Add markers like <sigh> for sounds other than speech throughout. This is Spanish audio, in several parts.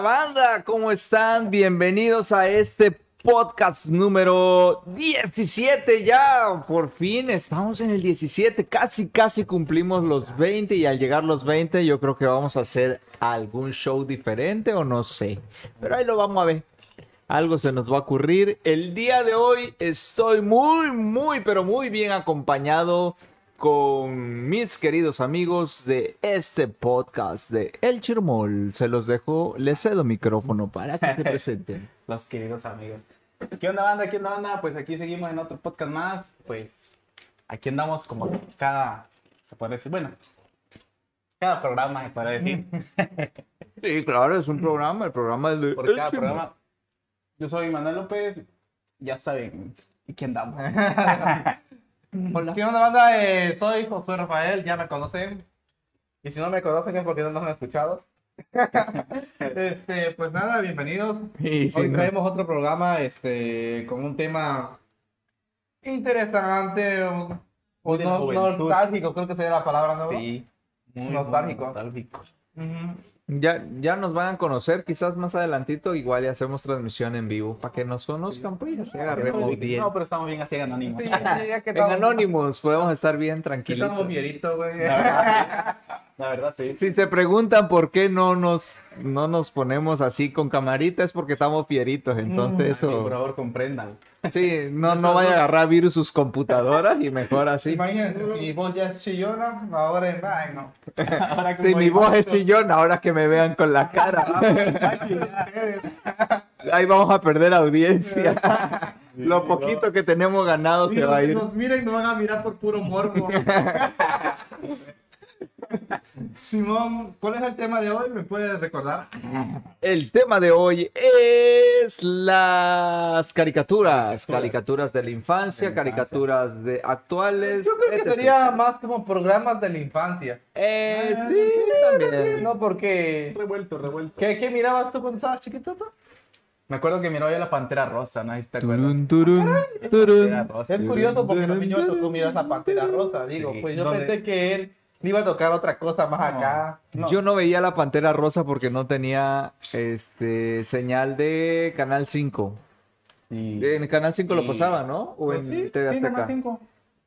banda? ¿Cómo están? Bienvenidos a este podcast número 17 ya. Por fin estamos en el 17. Casi, casi cumplimos los 20 y al llegar los 20 yo creo que vamos a hacer algún show diferente o no sé. Pero ahí lo vamos a ver. Algo se nos va a ocurrir. El día de hoy estoy muy, muy, pero muy bien acompañado con mis queridos amigos de este podcast de El Chirmol. Se los dejo, les cedo micrófono para <laughs> que se presenten. Los queridos amigos. ¿Qué onda, banda? ¿Qué onda, banda? Pues aquí seguimos en otro podcast más. Pues aquí andamos como cada. Se puede decir, bueno, cada programa se <laughs> puede decir. Sí, claro, es un programa, el programa es de Por El cada Chirmol. programa. Yo soy Manuel López. Ya saben, ¿y quién andamos? <laughs> ¿Qué onda, banda? Eh, soy Josué Rafael, ya me conocen. Y si no me conocen es porque no nos han escuchado. <laughs> este, pues nada, bienvenidos. Y si Hoy no- traemos otro programa este, con un tema interesante o, o Muy de no- juventud. nostálgico, creo que sería la palabra, ¿no? Sí. Muy, muy Nostálgico. nostálgico. Ujú. ya, ya nos van a conocer, quizás más adelantito, igual y hacemos transmisión en vivo para que nos conozcan, pues ya se agarremos bien. No, pero estamos bien así en anónimo. <laughs> Sí, sí, ya que En estamos- Anonymous podemos estar bien que tranquilos. estamos mierito, güey. La verdad, sí. La verdad, sí. Si se preguntan por qué no nos, no nos ponemos así con camarita, es porque estamos fieritos, entonces Sí, Por eso... <laughs> favor, comprendan. Sí, no, no vaya a agarrar virus sus computadoras y mejor así. Imagínense, mi voz ya es chillona, ahora es... Ay, no. Ahora, Si como mi digo, voz es chillón, ahora que me vean con la cara. Ustedes, Ahí vamos a perder audiencia. Lo Sí, poquito que tenemos ganado se Dios, va a ir. nos miren, nos van a mirar por puro <laughs> morbo. Simón, ¿cuál es el tema de hoy? ¿Me puedes recordar? El tema de hoy es las caricaturas. Caricaturas. Caricaturas de la infancia, De la infancia. caricaturas de actuales. Yo creo que etc. sería más como programas de la infancia. Eh, Ah, sí, también. No, porque... Revuelto, revuelto. ¿Qué, qué mirabas tú cuando estabas chiquito? tú? Me acuerdo que miró yo la pantera rosa, ¿no? Ahí te acuerdas. Turun, turun, turun. Pantera rosa. Es curioso porque también yo me tocó mirar la Pantera Rosa, digo. Sí. Pues yo ¿Dónde? pensé que él iba a tocar otra cosa más No. acá. No. Yo no veía la Pantera Rosa porque no tenía este señal de Canal 5. Sí. En Canal 5 lo Y- pasaba, ¿no? O Pues en sí, TV sí, Canal Azteca. <laughs> 5.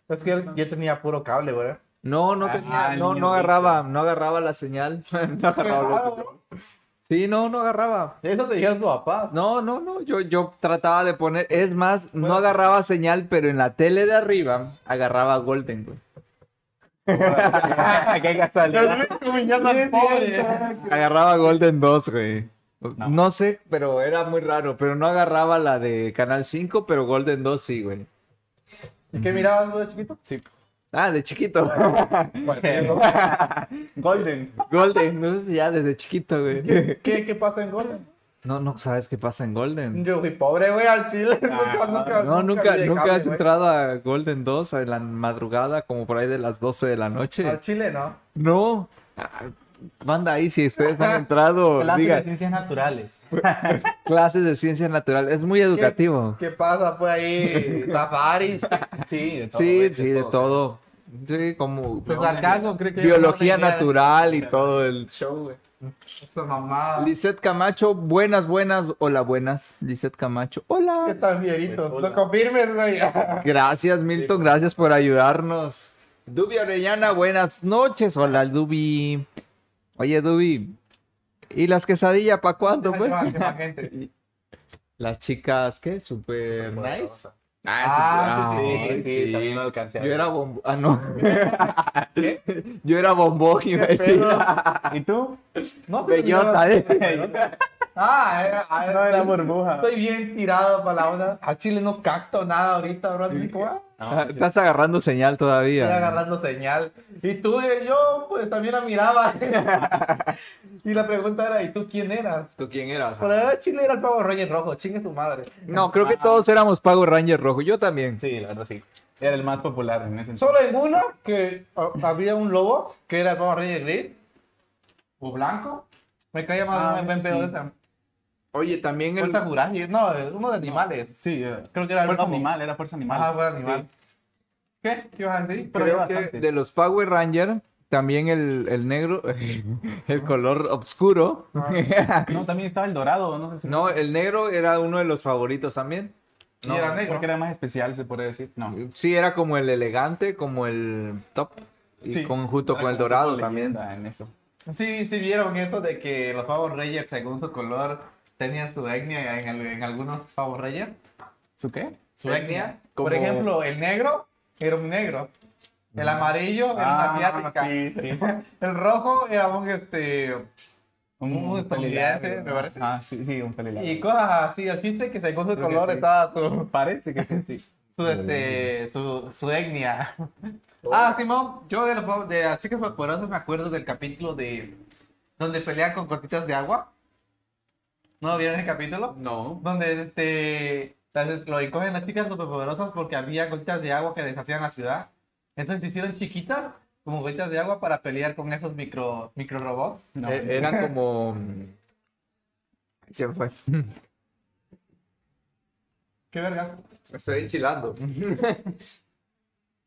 Es que él- yo tenía puro cable, güey. No, no Ah, tenía, el no, niño no agarraba, no agarraba la señal. <laughs> No agarraba la señal. Sí, no, no agarraba. Eso te dijeron tu papá. No, no, no, yo, yo trataba de poner, es más, no Bueno. agarraba señal, pero en la tele de arriba agarraba Golden, güey. Qué casualidad. Agarraba Golden 2, güey. No. No. sé, pero era muy raro, pero no agarraba la de Canal 5, pero Golden 2 sí, güey. ¿Y qué mirabas tú de chiquito? Sí. Ah, de chiquito. <laughs> <laughs> Golden. Golden, no sé, ya desde chiquito, güey. <laughs> ¿Qué, qué pasa en Golden? No, no sabes qué pasa en Golden. Yo fui pobre, güey, al chile. <laughs> nunca, nunca, Ah, No, nunca, vi de nunca cable, has güey. entrado a Golden 2 en la madrugada, como por ahí de las 12 de la noche. Al chile, ¿no? No. Ah, Manda ahí si ustedes <laughs> han entrado. Clases de digan, ciencias naturales. clases de ciencias naturales. Es muy educativo. ¿Qué pasa? Fue <laughs> ahí safaris. Sí, de todo. Sí, güey, sí, de todo. Sí, como Pues sarcasmo, creo que... biología no tenía natural y todo el Show, <laughs> güey. Esa mamada. Lisette Camacho, buenas, buenas. Hola, buenas. Lisette Camacho, Qué hola. tan fieritos. Pues, hola. Lo confirmes, güey. Gracias, Milton. Gracias por ayudarnos. Dubi Orellana, buenas noches. Hola, Dubi. Oye, Dubi. ¿Y las quesadillas para cuándo, Ay, pues? va, qué más gente. Las chicas, ¿qué? Super nice. Poderosa. Ah, Ah, sí, Sí, sí, también lo alcancé. a Yo ver. era bombón. Ah, no. Yo era bombón y me decía. <laughs> ¿Y tú? No sé. Bellota, ¿eh? <laughs> Ah, eh, era, ah, No era estoy- burbuja. Estoy bien tirado para la onda. Al chile no capto nada ahorita, bro. Ni cómo- Ah, No, Estás agarrando señal todavía. <laughs> Estoy agarrando señal. Y tú, eh, yo, pues también <laughs> la miraba. <laughs> y la pregunta era, ¿y tú quién eras? ¿Tú quién eras? Por allá Chile era el Pavo Reyes Rojo, chingue su madre. No, creo que todos éramos Pago Ranger Rojo. Yo también. Sí, la verdad sí. Era el más popular en ese entonces. Solo en una que ah, había un lobo que era el Pavo Reyes Gris o blanco. Me caía más Ah, bien sí. peor esa. Oye, también el. Fuerza Juraje, no, uno de animales. Sí, era- Creo que era el Fuerza lobo. animal, era fuerza animal. Ah, buen animal. ¿Qué? ¿Qué ibas a decir? Pero había Creo que bastantes. de los Power Ranger también el, el negro, <laughs> el color oscuro. Ah. No, también estaba el dorado, no sé <laughs> si. No, el negro era uno de los favoritos también. Y era negro. Porque era más especial, se puede decir. No. Sí, era como el elegante, como el top. Y Sí, con- junto era con el como dorado una también. leyenda En eso. Sí, sí vieron esto de que los Power Rangers, según su color, tenían su etnia en, al- en algunos Power Rangers. ¿Su qué? Su etnia. como- Por ejemplo, el negro era un negro. El amarillo era una asiática. Mm. Ah, sí, sí. <laughs> El rojo era un este. Un, Un estadounidense, pelilago. me parece. Ah, sí, sí, un pelilago. Y cosas así. El chiste es que según su Creo que color sí. estaba su, Parece que sí, sí. su, este, su, su etnia. Oh. Ah, Simón, yo de, los, Power- de las chicas poderosas me acuerdo del capítulo de. donde pelean con cortitas de agua. ¿No vieron ese capítulo? No. donde este las- lo encogen las chicas superpoderosas porque había gotitas de agua que deshacían la ciudad. Entonces se hicieron chiquitas como gotitas de agua para pelear con esos micro, micro robots. No, Eh, <laughs> eran como. Se me fue. Qué vergas. Estoy enchilando.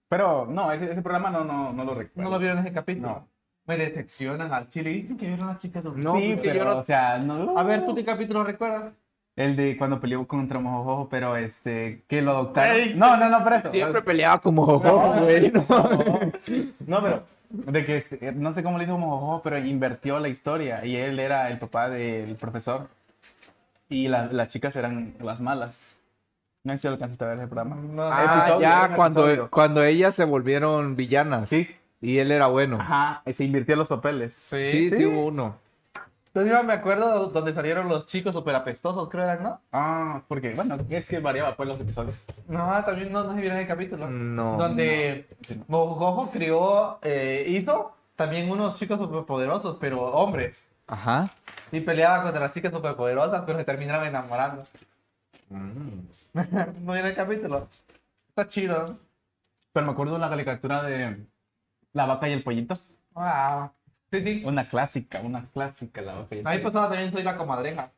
Pero no, ese, ese programa no, no, no lo No recuerdo. lo vieron en ese capítulo. No. Me decepcionan al chile. Dicen que vieron las chicas superpoderosas. No, sí, porque pero, yo no- o sea, no. A ver, ¿tú qué capítulo recuerdas? El de cuando peleó contra Mojojojo, pero este, que lo adoptaron. Ey. No, no, no, pero eso. Ah. Siempre peleaba como güey. No. No, pero de que este, no sé cómo le hizo Mojojojo, pero invertió la historia y él era el papá del profesor y la- las chicas eran las malas. No sé si alcanzaste a ver ese programa. No. Ah, Episodio, ya, un cuando, episodio. cuando ellas se volvieron villanas. Sí. Y él era bueno. Ajá, se invirtió los papeles. sí. Sí, sí, hubo uno. Entonces yo me acuerdo donde salieron los chicos super apestosos, creo eran, ¿no? Ah, porque bueno, es que variaba pues los episodios. No, también no, no se vieron ese capítulo. Mm, No. Donde Mojojojo crió, eh, hizo también unos chicos superpoderosos, pero hombres. Ajá. Y peleaba contra las chicas superpoderosas, pero se terminaban enamorando. <laughs> Mm. no viene el capítulo. Está chido. ¿no? Pero me acuerdo de la caricatura de La vaca y el pollito. Wow. Sí, sí. Una clásica, una clásica La vaca y el Ahí pollito. pasaba también Soy la comadreja.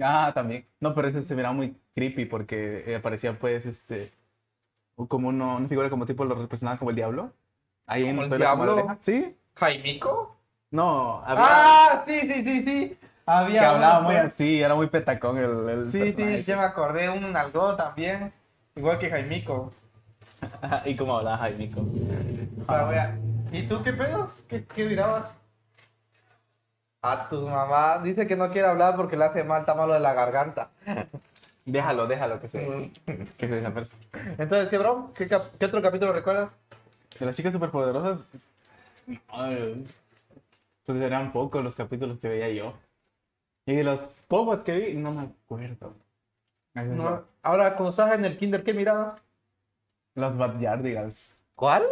Ah, también. No, pero ese se miraba muy creepy porque eh, aparecía pues este o como uno, una figura como tipo lo representaba como el diablo. Ahí en ¿Como el Soy la diablo? Comadreja. Sí. ¿Jaimico? No, había Ah, sí, sí, sí, sí. que Había hablaba uno, muy pues. así, era muy petacón el, el Sí, sí, personaje. ya me acordé. Un algo también. Igual que Jaimico. Ajá, Y como hablaba Jaimico. O sea, wea. ¿Y tú qué pedos? ¿Qué, qué mirabas? A tu mamá dice que no quiere hablar porque le hace mal, está malo de la garganta. Déjalo, déjalo que se, Mm. que se desaparezca. Entonces, ¿qué, bro? ¿Qué, cap- qué otro capítulo recuerdas? De las chicas superpoderosas, ay, pues eran pocos los capítulos que veía yo. Y de los pocos que vi, no me acuerdo. Ahí está. No, Ahora, cuando estabas en el kinder, ¿qué mirabas? Las Badyardigals. ¿Cuál?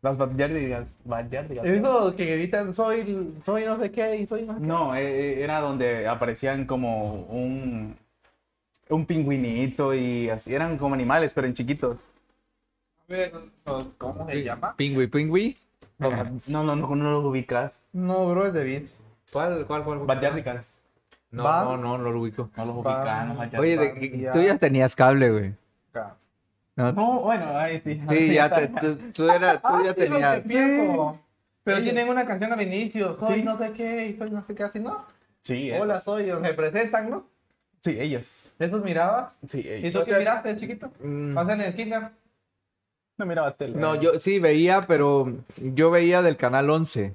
Las Badyardigals. Badyardigals. Eso que gritan, soy, soy no sé qué y soy no sé qué. No, eh, eh, era donde aparecían como un, un pingüinito y así. Eran como animales, pero en chiquitos. A ver, no, ¿Cómo se llama? Pingüi, pingüi. No, no, no, no, los ubicas. No, bro, es de bis. ¿Cuál, cuál, cuál? Badyardigals. No, Bad- no, no, no lo ubico. No los Bad- ubicas, no Badyardigals. Oye, de- Bad- tú ya tenías cable, güey. No, Ah, No, bueno, ahí sí. <laughs> Sí, ya te- tú, tú era- tú Ah, ya tenías. Pero Sí. tienen una canción al inicio, soy Sí. no sé qué y soy no sé qué, así no. Sí, Hola, soy, me presentan, ¿no? Sí, ellos. ¿Esos mirabas? Sí, ¿Y ellos. tú qué miraste, chiquito? Mm, O sea, en el kinder. No miraba tele. No, yo sí veía, pero yo veía del canal 11.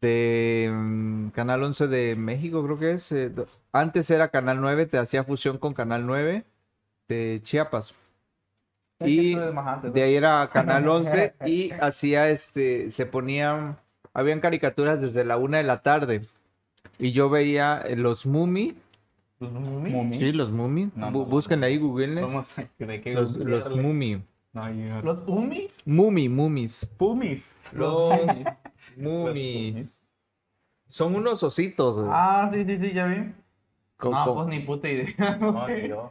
De mm, Canal 11 de México, creo que es. eh, do- Antes era Canal 9, te hacía fusión con Canal 9 de Chiapas. Y Tú eres más antes, ¿no? de ahí era Canal 11 y hacía este, se ponían, habían caricaturas desde la una de la tarde. Y yo veía eh, los Mumi, Pues, mami. Mumi. sí, los Mumi, No, bu- no, búsquenle ahí, googleenle. Vamos a- ¿De qué? Los, los Mumi, No, yo- ¿Los Umi? Mumi, Mumis, Pumis. <laughs> los Umi. Mumis. Son unos ositos, güey, Ah, sí, sí, sí, ya vi. con- Ah, con- pues ni puta idea. <laughs> Ay, <laughs> yo.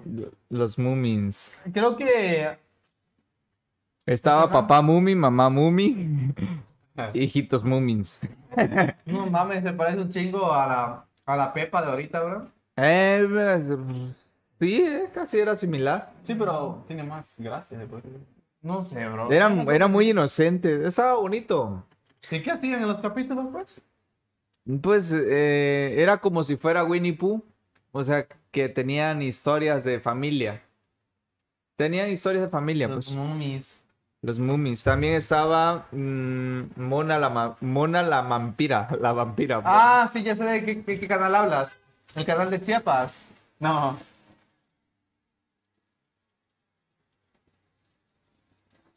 los Mumins. Creo que. Estaba Ajá. papá Mumi, mamá Mumi, <laughs> hijitos Mumins. No mames, se parece un chingo a la, a la Pepa de ahorita, bro. Eh, pues, sí, eh, casi era similar. Sí, pero tiene más gracia. ¿eh? No sé, bro. Era, era muy inocente, estaba bonito. ¿Y qué hacían en los capítulos, pues? Pues eh, era como si fuera Winnie Pooh, o sea, que tenían historias de familia. Tenían historias de familia, los pues. mummies. Los Moomies. También estaba mm, Mona la ma- Mona la vampira, <laughs> la vampira. pues. Ah, sí, ya sé de qué, qué- qué canal hablas. El canal de Chiapas. No.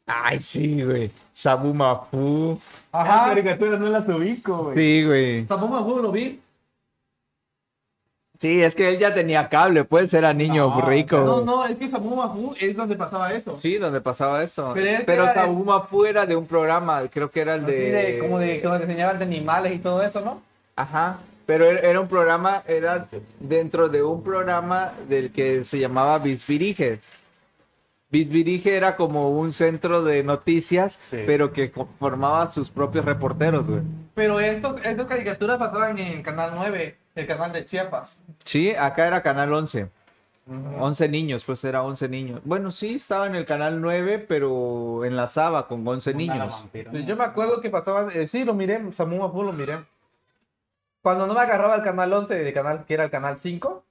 Ay, sí, güey. Sabu Mafu. Ajá. Ajá. Las caricaturas no las ubico, güey. Sí, güey. Tampoco me acuerdo, lo vi. Sí, es que él ya tenía cable, pues era niño No, rico. Ah, No, güey. no, es que Samu Mahu es donde pasaba eso. Sí, donde pasaba esto. Pero es que Pero era de- Sabu Mafu era de un programa, creo que era el Así de, de... como de, como te enseñaban de animales y todo eso, ¿no? Ajá. Pero e-, era era un programa, era dentro de un programa del que se llamaba Bisbirige. Bisbirige era como un centro de noticias, Sí. pero que co- formaba sus propios reporteros, güey. Pero estos, estas caricaturas pasaban en Canal 9, el canal de Chiapas. Sí, acá era Canal 11. 11 niños, pues era 11 niños. Bueno, sí, estaba en el Canal 9, pero enlazaba con 11 Mona la niños. vampira. Sí, yo me acuerdo que pasaba, eh, sí, lo miré, Samu Mafu lo miré. Cuando no me agarraba el canal 11, de canal, que era el canal 5,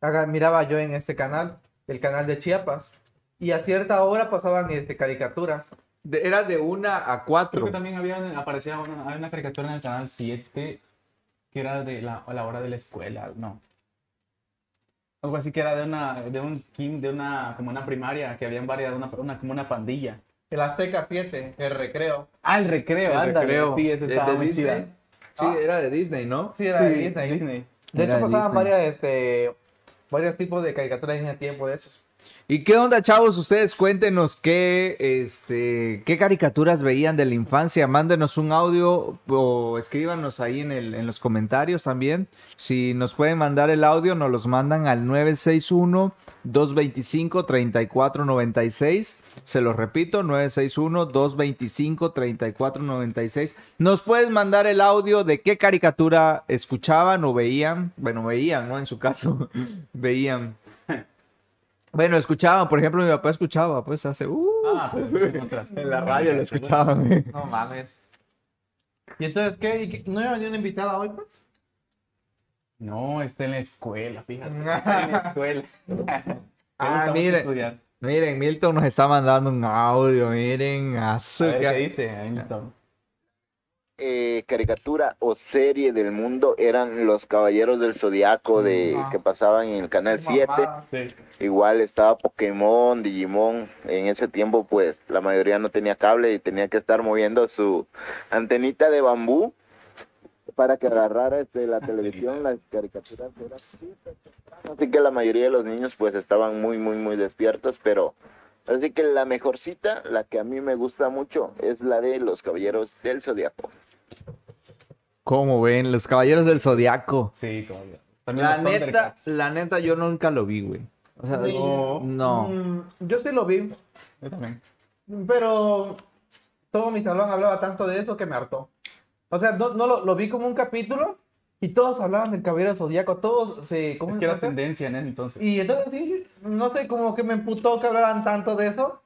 aga- miraba yo en este canal, el canal de Chiapas. Y a cierta hora pasaban este, caricaturas. De- Era de 1 a Creo 4. que también había, aparecía una, había una caricatura en el canal 7 que era de la, a la hora de la escuela, no. Algo así que era de una, de un kin- de una, como una primaria, que habían varias, una, una- como una pandilla. El Azteca 7, el recreo. Ah, el recreo, El ándale, recreo. Sí, esa ¿De- estaba de muy Disney? chida. Sí, Ah. era de Disney, ¿no? Sí, era de Sí, Disney. Disney. De Era hecho, de pasaban Disney. varias, este, varios tipos de caricaturas en el tiempo de esos. ¿Y qué onda, chavos? Ustedes cuéntenos qué, este, qué caricaturas veían de la infancia. Mándenos un audio o escríbanos ahí en, el- en los comentarios también. Si nos pueden mandar el audio, nos los mandan al 961-225-3496. Se los repito, 961-225-3496. Nos puedes mandar el audio de qué caricatura escuchaban o veían. Bueno, veían, ¿no? En su caso, <laughs> veían. Bueno, escuchaban, por ejemplo, mi papá escuchaba, pues hace. Uh, Ah, pero no encontrás. <laughs> en la radio lo escuchaban. güey. No mames. ¿Y entonces qué? ¿Y qué? ¿No iba a venir una invitada hoy, pues? No, está en la escuela, fíjate. Está en la escuela. <laughs> Le gusta Ah, mucho mire. estudiar. <laughs> Miren, Milton nos está mandando un audio, miren, A ver, azúcar. ¿Qué dice Hamilton? eh, caricatura o serie del mundo eran los Caballeros del Zodiaco de Ah. que pasaban en el canal 7. Mamá. Sí. Igual estaba Pokémon, Digimon. En ese tiempo pues la mayoría no tenía cable y tenía que estar moviendo su antenita de bambú para que agarrara este, la televisión, las caricaturas eran súper temprano. Así que la mayoría de los niños pues estaban muy, muy, muy despiertos, pero así que la mejor cita, la que a mí me gusta mucho, es la de los Caballeros del Zodiaco. ¿Cómo ven? Los Caballeros del Zodiaco. Sí, todavía. También La los neta, Thundercats. la neta, yo nunca lo vi, güey. O sea, No. no. Mm, yo sí lo vi, Yo también. pero todo mi salón hablaba tanto de eso que me hartó. O sea, no, no lo, lo vi como un capítulo y todos hablaban del caballero zodiaco, todos se... ¿cómo Es se que era dice? tendencia en ese entonces. Y entonces sí, no sé, como que me emputó que hablaran tanto de eso.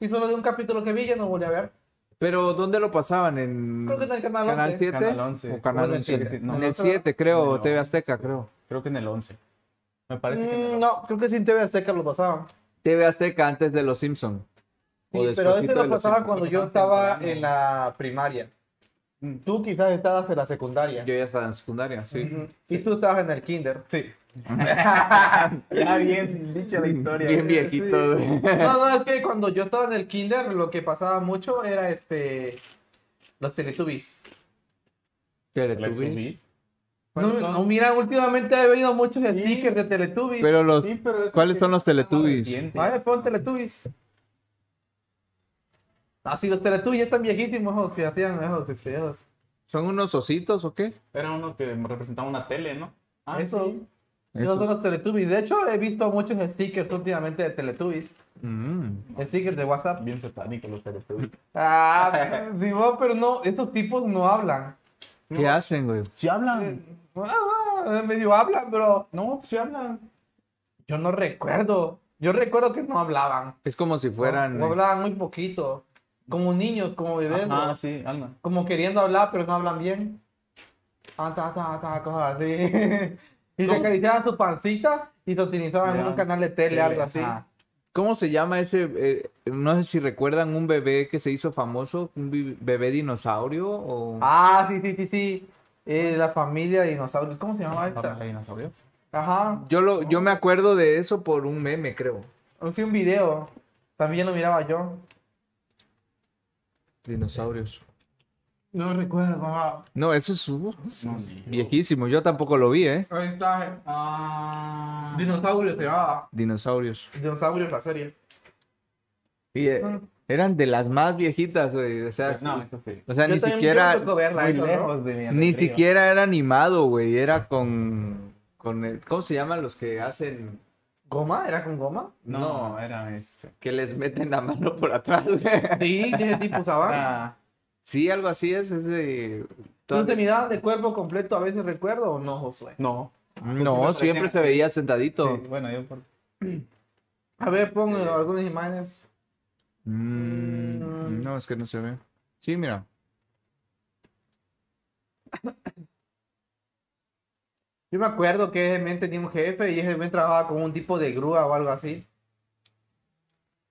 Y solo de un capítulo que vi ya no volví a ver. Pero, ¿dónde lo pasaban? ¿En Creo que en el canal 11. 7? Mm. Canal 11. ¿O Canal Bueno, en 7? el siete, no, En no, el solo- 7, creo, Bueno, TV Azteca, sí. creo. Creo que en el 11. Me parece que en el Mm, 11. no, creo que sí en TV Azteca lo pasaban. TV Azteca antes de Los Simpson. O Sí, pero despuesito este de lo Los pasaba Simpson. cuando yo estaba en la primaria. Mm. Tú quizás estabas en la secundaria. Yo ya estaba en secundaria, sí. Ujú. Y tú estabas en el kinder. Sí. <laughs> ya bien dicha <laughs> la historia. ¿eh? Bien viejito. Sí. güey. <laughs> No, no, es que cuando yo estaba en el kinder lo que pasaba mucho era este los Teletubbies. Teletubbies. Teletubbies. No, no, mira, últimamente ha venido muchos stickers de Teletubbies. Pero los... Sí, pero es ¿Cuáles que- son los Teletubbies? Reciente. A ver, pon Teletubbies. Ah, sí, los Teletubbies ya están viejísimos, esos que hacían esos, este, esos. ¿Son unos ositos o qué? Eran unos que representaban una tele, ¿no? Ah, esos. sí. Esos son Esos. los Teletubbies. De hecho, he visto muchos stickers últimamente de Teletubbies. Mm. Stickers de WhatsApp. Bien satánicos los Teletubbies. <laughs> Ah, Simón, pero no, estos tipos no hablan. ¿Qué hacen, güey? Si hablan. Ah, ah, medio hablan, pero No, si hablan. yo no recuerdo. Yo recuerdo que no hablaban. Es como si fueran... eh. No, no hablaban muy poquito. Como niños, como bebés, Ah, ¿no? sí, Alma. como queriendo hablar, pero no hablan bien. Ah, ta, ta, ta, cosas así. <laughs> Y se acariciaban su pancita y se utilizaban en Ya. un canal de tele, algo así. Ajá. ¿Cómo se llama ese? eh, no sé si recuerdan un bebé que se hizo famoso, un bi- bebé dinosaurio o... Ah, sí, sí, sí, sí. Eh, la familia de dinosaurios. ¿Cómo se llama esta? ¿Familia de dinosaurios? Ajá. Yo, lo, yo me acuerdo de eso por un meme, creo. Hice un video. También lo miraba yo. Dinosaurios. No recuerdo, mamá. No, eso es uh, es No, sí. viejísimo. Yo tampoco lo vi, ¿eh? Ahí está. Ah. Dinosaurios se llamaba. Dinosaurios. Dinosaurios la serie. Y, eh, eran de las más viejitas, güey. O sea, Pues No, eso sí. o sea Yo ni también- siquiera... yo me tocó verla, ¿eh, Muy eso, ¿no? lejos de mi Ni recreo. siquiera era animado, güey. Era con. con el- ¿Cómo se llaman los que hacen. ¿Goma? ¿Era con goma? No, No. era este. que les meten la mano por atrás, <laughs> güey? Sí, de ese tipo usaban. Era- Sí, algo así es. es de- ¿Tú te miraban de cuerpo completo a veces recuerdo o no, Josué? No. Pues No, siempre se veía sentadito. Sí, bueno, yo por... A ver, pon Eh. algunas imágenes. Mm, no, es que no se ve. Sí, mira. Yo me acuerdo que ese men tenía un jefe y ese men trabajaba con un tipo de grúa o algo así.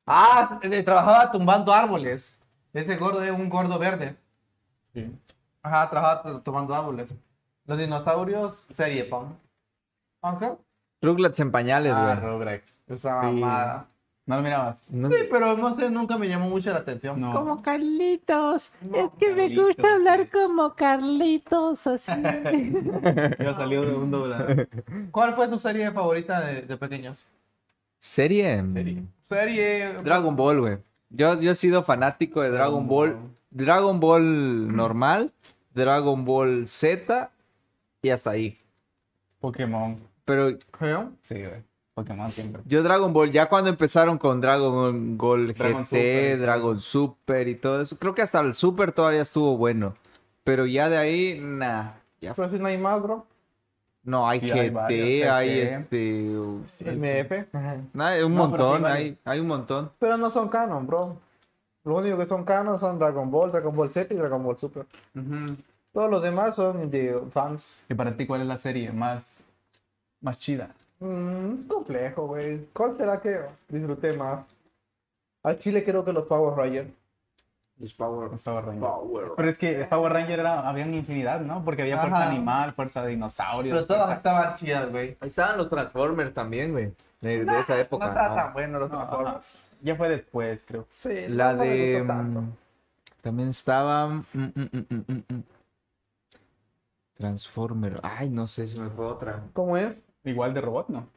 Ah, s- eh, trabajaba tumbando árboles. Ese gordo es un gordo verde. sí. Ajá, trabajaba tu- tumbando árboles. Los dinosaurios, serie, pam. Ajá. Truglats en pañales, Ah, güey. Robrex. Esa Sí. mamada. No lo mirabas. No- Sí, pero no sé, nunca me llamó mucho la atención. No. Como Carlitos. No, es que me Carlitos, gusta hablar sí. como Carlitos, así. Yo salido de un doblador. ¿Cuál fue su serie favorita de, de pequeños? Serie. Serie. Serie. Dragon Ball, güey. Yo, yo he sido fanático de Dragon Dragon Ball. Ball. Dragon Ball normal, Dragon Ball Z y hasta ahí. Pokémon. Pero Ball. Sí, güey. Pokémon siempre. Yo Dragon Ball, ya cuando empezaron con Dragon Ball Dragon GT, Super. Dragon Super y todo eso, creo que hasta el Super todavía estuvo bueno. Pero ya de ahí, nah. ya fue. Pero si no hay más, bro. No, hay Sí, GT, hay hay, varios, GT. este... uh, MF. Ajá. nah, hay un No, pero sí montón, hay hay, hay un montón. Pero no son canon, bro. Lo único que son canon son Dragon Ball, Dragon Ball Z y Dragon Ball Super. Ujú. Todos los demás son de fans. ¿Y para ti cuál es la serie más, más chida? Mm, es complejo, güey. ¿Cuál será que disfruté más? Al Chile creo que los Power Rangers. Los Power Rangers. Pero es que Power Ranger era, habían infinidad, ¿no? Porque había fuerza Ajá. animal, fuerza de dinosaurios. Pero todas fuerza- estaban chidas, güey. Ahí estaban los Transformers también, güey, de, de esa No época. estaban ¿no? tan buenos los No, Transformers. Ya fue después, creo. Sí, no, La no me de... gustó tanto. mm, También estaba... mm, mm, mm, mm, mm, mm. Transformer. Ay, no sé si me fue otra. ¿Cómo es? Igual de robot, ¿no?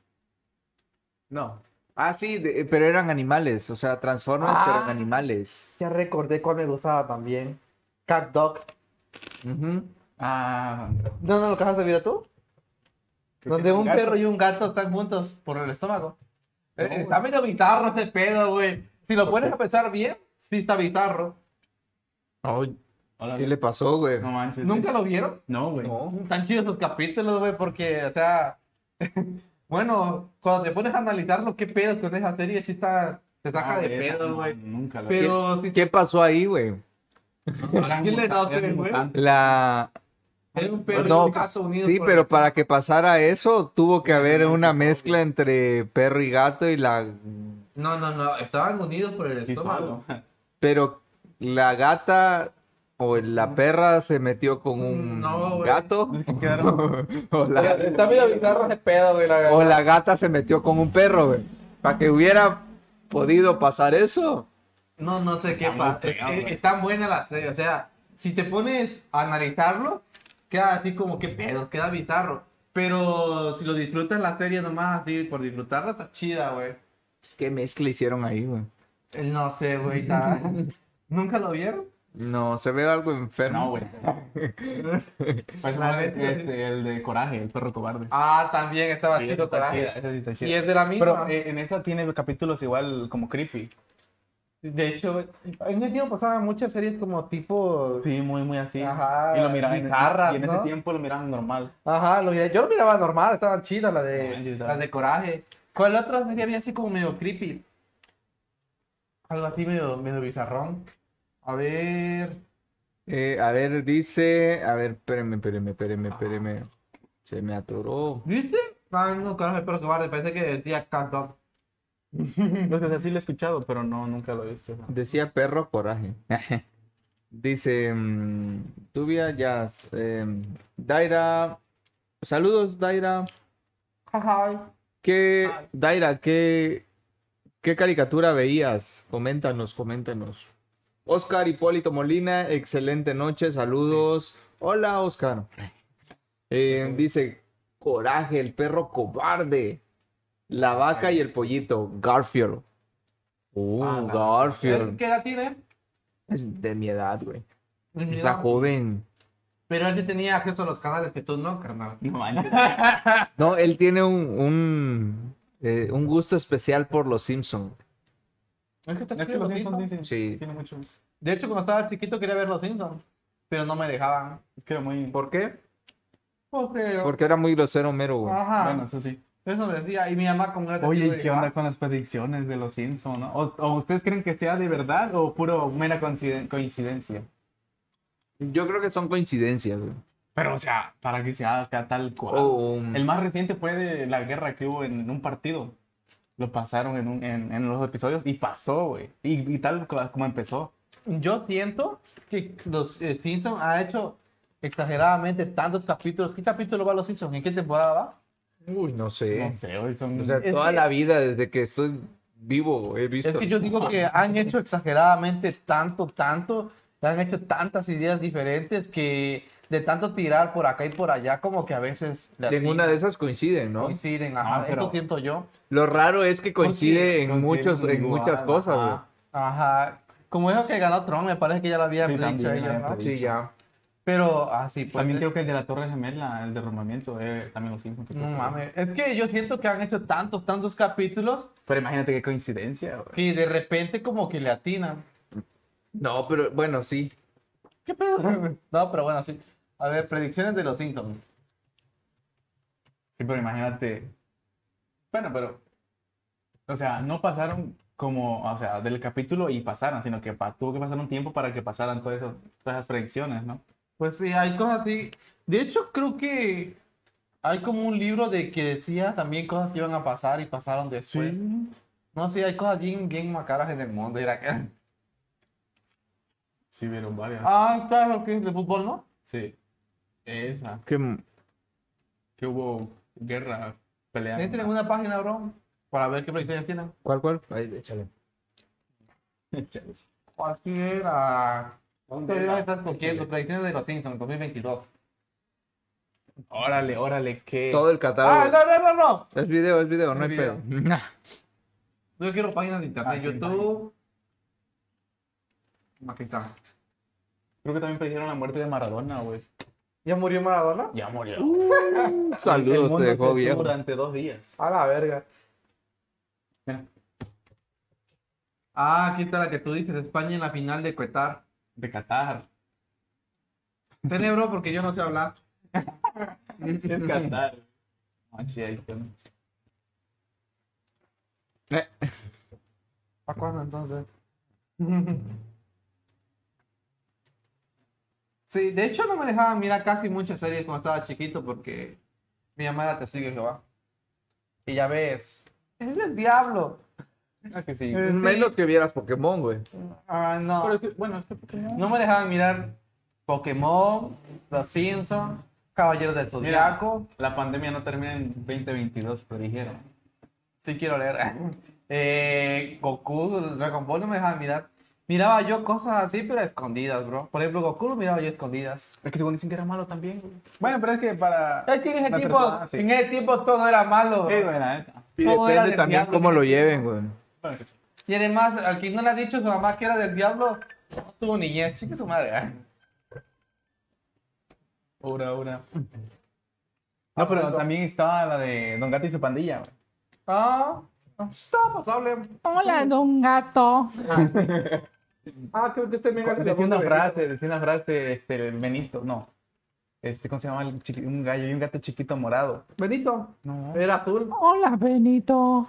No. Ah, sí, de- pero eran animales, o sea, Transformers, pero eran Ah. animales. Ya recordé cuál me gustaba también. Cat Dog. Ujú. Ah, ¿No, no lo acabas de ver tú? Creo Donde que un gato. perro y un gato están juntos por el estómago. No, Eh, güey. está medio bizarro ese pedo, güey. Si lo pones a pensar bien, sí está bizarro. Hola. ¿Qué le pasó, güey? No manches. ¿Nunca lo vieron? No, güey. Tan chidos los capítulos, güey, porque, o sea, <laughs> bueno, cuando te pones a analizar lo que pedos con esa serie, sí está, te saca Ah, de güey, pedo, no, güey. Nunca lo Pero- sí- ¿Qué pasó ahí, güey? Eran ¿Quién le mutantes, da a usted, eran güey? mutantes. La... Hay un perro No, pues, y un gato unidos. Sí, por- pero para que pasara eso, tuvo que haber no, una pues, no, mezcla güey. entre perro y gato y la... No, no, no, estaban unidos por el Sí, estómago. solo. Pero la gata o la perra se metió con un Mm, No, güey. gato. Es que quedaron. <laughs> O Oye, la... Está medio bizarro ese pedo, güey, la verdad. o la gata se metió con un perro, güey. Para que hubiera podido pasar eso. No, no sé qué muy pasa. Eh, feo, Es- güey. Están buenas las series. O sea, si te pones a analizarlo, queda así como que pedos, queda bizarro. Pero si lo disfrutas la serie nomás así por disfrutarla, está chida, güey. Eh, ¿Qué mezcla hicieron ahí, güey? No sé, güey. <laughs> está- ¿Nunca lo vieron? No, se ve algo enfermo. No, güey. <laughs> Pues, La güey, neta, este, el de Coraje, el perro cobarde. Ah, también estaba Sí, chido, está chida, coraje. esa sí está chida. Y es de la misma. Pero eh, en esa tiene capítulos igual como creepy. de hecho, güey, en ese tiempo pasaban muchas series como tipo. Sí, muy, muy así. Ajá, y lo miraban en- bizarras, Y en ¿no? ese tiempo lo miraban normal. <laughs> Ajá, lo miré- yo lo miraba normal, estaban chidas las No, Ah, sí, de, estaba- las de coraje. ¿Cuál otra serie había así como medio creepy? Algo así medio, medio bizarrón. A ver. Eh, a ver, dice. A ver, espéreme, espéreme, espéreme, espéreme. Se me atoró. ¿Viste? Ah, no, carajo, espero que guarde. Parece que decía canto. No sé si lo he escuchado, pero no, nunca lo he visto. Decía perro coraje. Dice mm, Tubia Jazz. em, Daira. Saludos, Daira. ¿Qué, Daira, qué, qué caricatura veías? Coméntanos, coméntanos. Oscar Hipólito Molina, excelente noche, saludos. Hola, Oscar. Eh, dice, coraje, el perro cobarde, la vaca y el pollito, Garfield. Uh, Ah, la- Garfield. ¿eh? ¿Qué edad tiene? Es de mi edad, güey. Está joven. Pero él sí tenía acceso a los canales que tú no, carnal. No manches. No, él tiene un, un, eh, un gusto especial por los Simpsons. Es que está Es que chido los los Simpsons Simpsons. dicen, Sí. tiene mucho. De hecho, cuando estaba chiquito quería ver los Simpsons, pero no me dejaban. Es que era muy. ¿Por qué? Porque, Porque era muy grosero Homero, güey. ajá, Bueno, eso sí. eso me decía. Y mi mamá como era testigo Oye, de ¿y qué Ah. onda Jehová, con las predicciones de los Simpsons? no? ¿O, o ustedes creen que sea de verdad o puro mera coinciden- coincidencia? Yo creo que son coincidencias, güey. Pero, o sea, para que sea acá tal cual. O, um, El más reciente fue de la guerra que hubo en, en un partido. Lo pasaron en, un- en- en los episodios y pasó, güey. Y, y tal co- como empezó. Yo siento que los eh, Simpsons ha hecho exageradamente tantos capítulos. ¿Qué capítulo va los Simpsons? ¿En qué temporada va? Uy, no sé. No sé, güey, son... O sea, Es toda que- la vida desde que estoy vivo he visto. Es que yo digo que han hecho exageradamente tanto, tanto, han hecho tantas ideas diferentes que de tanto tirar por acá y por allá, como que a veces le En una atinan, de esas coinciden, ¿no? coinciden. Ajá, Ah, pero- eso siento yo. Lo raro es que coincide en Coinciden muchos, en igual, muchas cosas, ajá. güey. Ajá. Como eso que ganó Trump, me parece que ya lo habían Sí, dicho también, ellos, ¿no? ajá. Sí, ya. Pero así, pues. También creo que el de la Torre Gemela, el derrumbamiento, eh, también los Simpsons. No mames. Es que yo siento que han hecho tantos, tantos capítulos Pero imagínate qué coincidencia, güey. que de repente como que le atinan. <laughs> No, pero bueno, sí. ¿Qué pedo? No, pero bueno, sí. A ver, predicciones de los Simpsons. Sí, pero imagínate. Bueno, pero. O sea, no pasaron como. O sea, del capítulo y pasaron, sino que pa- tuvo que pasar un tiempo para que pasaran todas esas, todas esas predicciones, ¿no? Pues sí, hay cosas así. De hecho, creo que hay como un libro de que decía también cosas que iban a pasar y pasaron Pues, después. No sé, hay cosas bien, bien macaras en el mundo. Era que- <laughs> Sí, vieron varias. Ah, claro, que es de fútbol, ¿no? Sí. Esa. Que, Que hubo guerra, pelea. Entren <laughs> en una página, bro, para ver qué predicciones tienen. ¿Cuál, cuál? Ahí, échale. Así era. ¿Dónde era? estás cogiendo? Predicciones de los Simpsons 2022. Órale, órale, que. Todo el Ah, catálogo. no, no, no, no. Es video, es video, no Es hay pedo. <laughs> Yo quiero páginas de internet, Ah, YouTube. Aquí está. Creo que también pidieron la muerte de Maradona, güey. ¿Ya murió Maradona? Ya murió. El Saludos, mundo te se dejó detuvo viejo. Durante dos días. A la verga. Mira, Ah, aquí está la que tú dices, España en la final de Qatar. de Qatar. Tenebro, porque yo no sé hablar. Es Qatar. Ah, sí, ahí está. Eh, ¿Para cuándo entonces? <laughs> Sí, de hecho no me dejaban mirar casi muchas series cuando estaba chiquito porque mi mamá era testigo de Jehová. Y ya ves, es el diablo. Ah, que sí. Eh, sí. Menos que vieras Pokémon, güey. Ah, no. Pero es que, bueno, es que Pokémon. No me dejaban mirar Pokémon, Los Simpsons, Caballeros del Zodiaco. La pandemia no termina en 2022, pero dijeron. Sí quiero leer. <laughs> Eh, Goku, Dragon Ball no me dejaban mirar. Miraba yo cosas así, pero escondidas, bro. Por ejemplo, Goku lo miraba yo escondidas. Es que según dicen que era malo también. Eh, Bueno, pero es que para. Es que en ese, la tiempo, persona, sí. en ese tiempo todo era malo. Sí, bueno, la neta. Y Todo era depende del también diablo, cómo güey. lo lleven, güey. eh, Bueno, que sí. Y además, al que no le ha dicho su mamá que era del diablo, no tuvo niñez. Chica su madre. ¿eh? Ora, ora. No, pero también estaba la de Don Gato y su pandilla. güey. Ah, está pasable. Hola, don gato. Ah, creo que este me hace la Decía una voz de- frase, decía una frase, este, el Benito, no. Este, ¿cómo se llama? El chiqui- un gallo y un gato chiquito morado. Benito, No. era azul. Hola, Benito.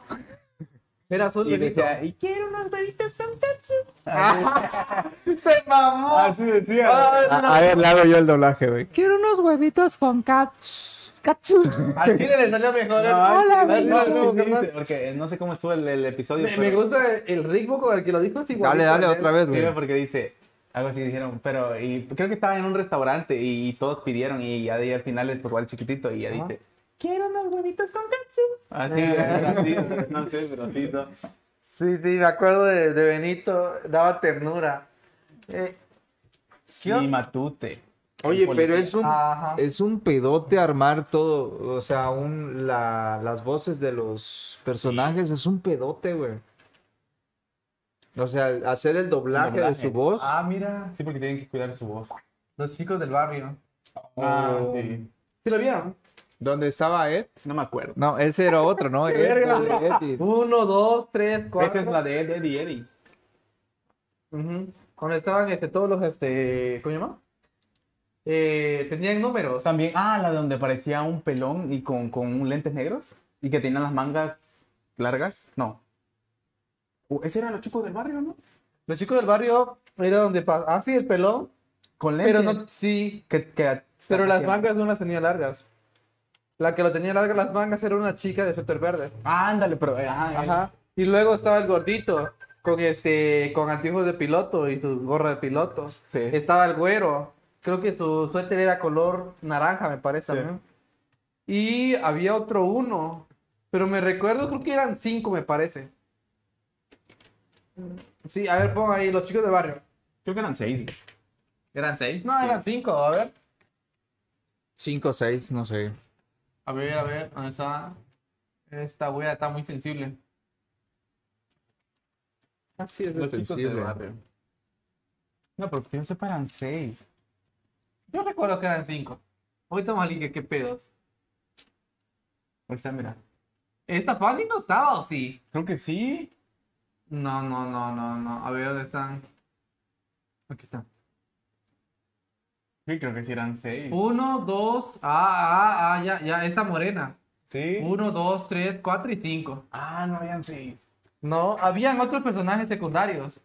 Era azul, Y Benito. decía, y quiero unas bebitas Tonkatsu. Ah, ¡Se mamó! Ah, Así Ah, decía. A, a ver, le hago yo el doblaje, güey. Quiero unos huevitos con katsu. katsu. Al chile le salió mejor. No, Hola, dale, amigo. dale, No, dale, carnal. Porque no sé cómo estuvo el, el episodio. me, me pero- gusta Pues, el ritmo con el que lo dijo. Es ¿eh? igual. Dale, dale, otra vez, Sí, güey. porque dice, algo así dijeron, pero y creo que estaba en un restaurante y, todos pidieron y ya de ahí al final le tocó al chiquitito Ah. y ya dice, "Ah, quiero unos huevitos con katsu. Así, Eh. era así, no sé, pero sí, no. Sí, sí, me acuerdo de, de Benito. Daba ternura. Eh, <laughs> ¿qué Y onda? matute. Oye, pero es un, Ajá. es un pedote armar todo. O sea, un, la- las voces de los personajes es un pedote, güey. O sea, el- hacer el doblaje, de Doblaje. su voz. Ah, mira. Sí, porque tienen que cuidar su voz. Los chicos del barrio. Ah, Oh. sí. ¿Sí lo vieron? ¿Dónde estaba Ed? No me acuerdo. No, ese era otro, <laughs> ¿no? Ed, verga! Ed, Ed, Ed. Uno, dos, tres, cuatro. Esta es la de Ed, Ed y Eddie. Ujú. Cuando estaban este, todos los, este, ¿cómo se llama? Eh, tenían números. También, ah, la de donde parecía un pelón y con, con lentes negros y que tenían las mangas largas. No. Uh, Ese era los chicos del barrio, ¿no? Los chicos del barrio era donde pasaba. Ah, sí, el pelón. Con lentes. Pero no, sí. que, que- Pero las hacían- mangas no las tenía largas. La que lo tenía largas las mangas era una chica de suéter verde. Ah, ándale, pero. eh, Ajá. Ajá. Y luego estaba el gordito. Con este, con antiguos de piloto y su gorra de piloto. eh, Sí. Estaba el güero. Creo que su suéter era color naranja, me parece. Sí. también. Y había otro uno. Pero me recuerdo, creo que eran cinco, me parece. Sí, a ver, pongan ahí los chicos del barrio. Creo que eran seis. güey. ¿Eran seis? No, eran cinco, a ver. Cinco o seis, no sé. A ver, a ver, ¿dónde está? Esta wea está muy sensible. Así es, Los chicos del barrio. No, pero que yo sepa eran seis. Yo recuerdo que eran cinco. Ahorita más que qué pedos. Ahí está, mira. ¿Esta Fanny no estaba o sí? Creo que sí. No, no, no, no, no. A ver, ¿dónde están? Aquí están. Sí, creo que sí eran seis. Uno, dos, ah, ah, ah, ya, ya, esta morena. sí. Uno, dos, tres, cuatro y cinco. Ah, no habían seis. No, habían otros personajes secundarios,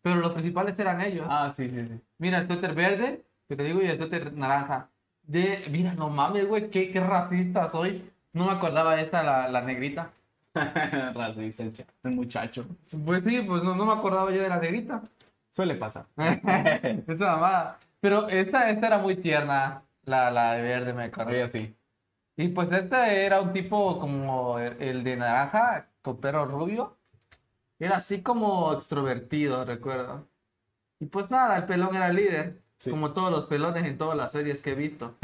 pero los principales eran ellos. Ah, sí, sí, <laughs> sí. Mira, el suéter verde, que te digo, y el suéter naranja. De, mira, no mames, güey, qué, qué racista soy. No me acordaba de esta, la, la negrita. Racista, el cha- el muchacho. Pues sí, pues no, no me acordaba yo de la negrita. Suele pasar. Esa mamada. Pero esta, esta era muy tierna, la, la de verde, me acuerdo. Ella sí. Y pues este era un tipo como el- el de naranja, con perro rubio. Era así como extrovertido, recuerdo. Y pues nada, el pelón era el líder, Sí. como todos los pelones en todas las series que he visto.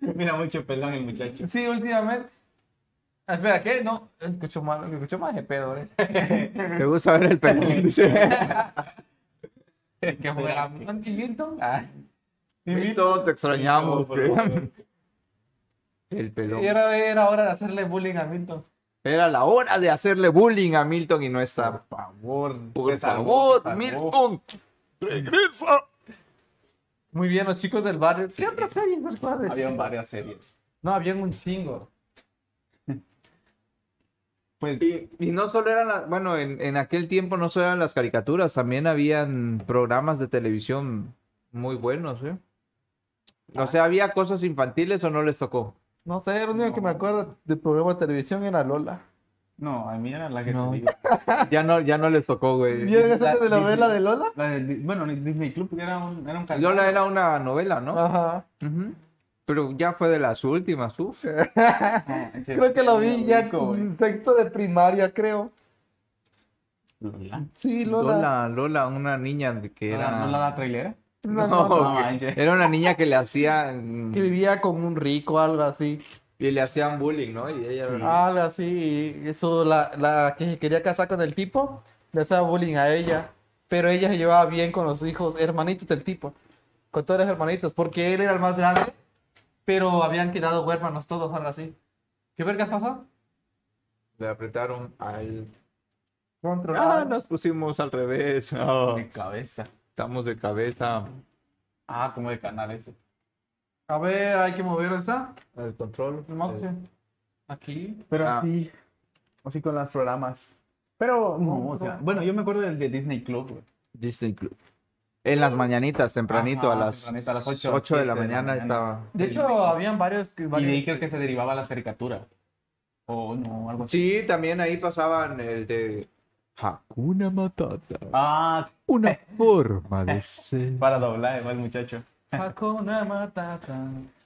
Mira, mucho pelón el muchacho. Sí, últimamente. Ah, Espera, ¿qué? No, escucho mal, escucho más de pedo, ¿eh? Me gusta ver el <laughs> pelón, dice. <laughs> Que juega Monty Milton. Ah, <laughs> Y Milton, te extrañamos. Por favor. El pelón. Era, era hora de hacerle bullying a Milton. Era la hora de hacerle bullying a Milton y no está. Por favor. Por Se salvó, favor, se salvó. Milton, regresa. Muy bien, los chicos del barrio. ¿Qué otra serie recuerdas? Habían varias series. No, habían un chingo. Pues Y, y no solo eran, las- bueno, en, en aquel tiempo no solo eran las caricaturas, también habían programas de televisión muy buenos, ¿eh? O sea, había cosas infantiles o no les tocó. No sé, lo único que No. me acuerdo del programa de televisión era Lola. no, a mí era la que No. te digo. Ya no, ya no les tocó, güey. ¿Vieron esa la- telenovela de Lola? La del Di- bueno, el Disney Club era un, era un canal. Lola era una novela, ¿no? Ajá. Ujú. Pero ya fue de las últimas, uf. Ah, en serio. Creo que lo vi ya Rico, güey. en sexto de primaria, creo. Lola. Sí, Lola. Lola, Lola, una niña que era... Ah, ¿Lola la trailera? Una No, nota no que- manches. era una niña que le hacían que vivía con un rico, algo así. y le hacían bullying, ¿no? Y ella Algo así. y Eso, la, la que se quería casar con el tipo, le hacía bullying a ella. Pero ella se llevaba bien con los hijos, hermanitos del tipo. Con todos los hermanitos, porque él era el más grande. Pero habían quedado huérfanos todos, algo así. ¿Qué vergas pasó? le apretaron al Controlado. Ah, nos pusimos al revés. Ah, De cabeza. estamos de cabeza Ah, como de canal ese. A ver, hay que mover esa. al control. El mouse. Aquí. Pero Ah. sí. así con los programas. Pero no, o sea, bueno, yo me acuerdo del de Disney Club, güey. Disney Club. En las mañanitas, tempranito, Ajá, a las tempranito, a las 8, ocho, de la siete de la mañana mañana. estaba. De hecho, habían varios. que- Y varios- de ahí creo que se derivaba las caricaturas. O no, algo así. Sí, también ahí pasaban el de Hakuna Matata. Ah, <laughs> Una forma de ser. para doblar, va el muchacho. Hakuna Matata.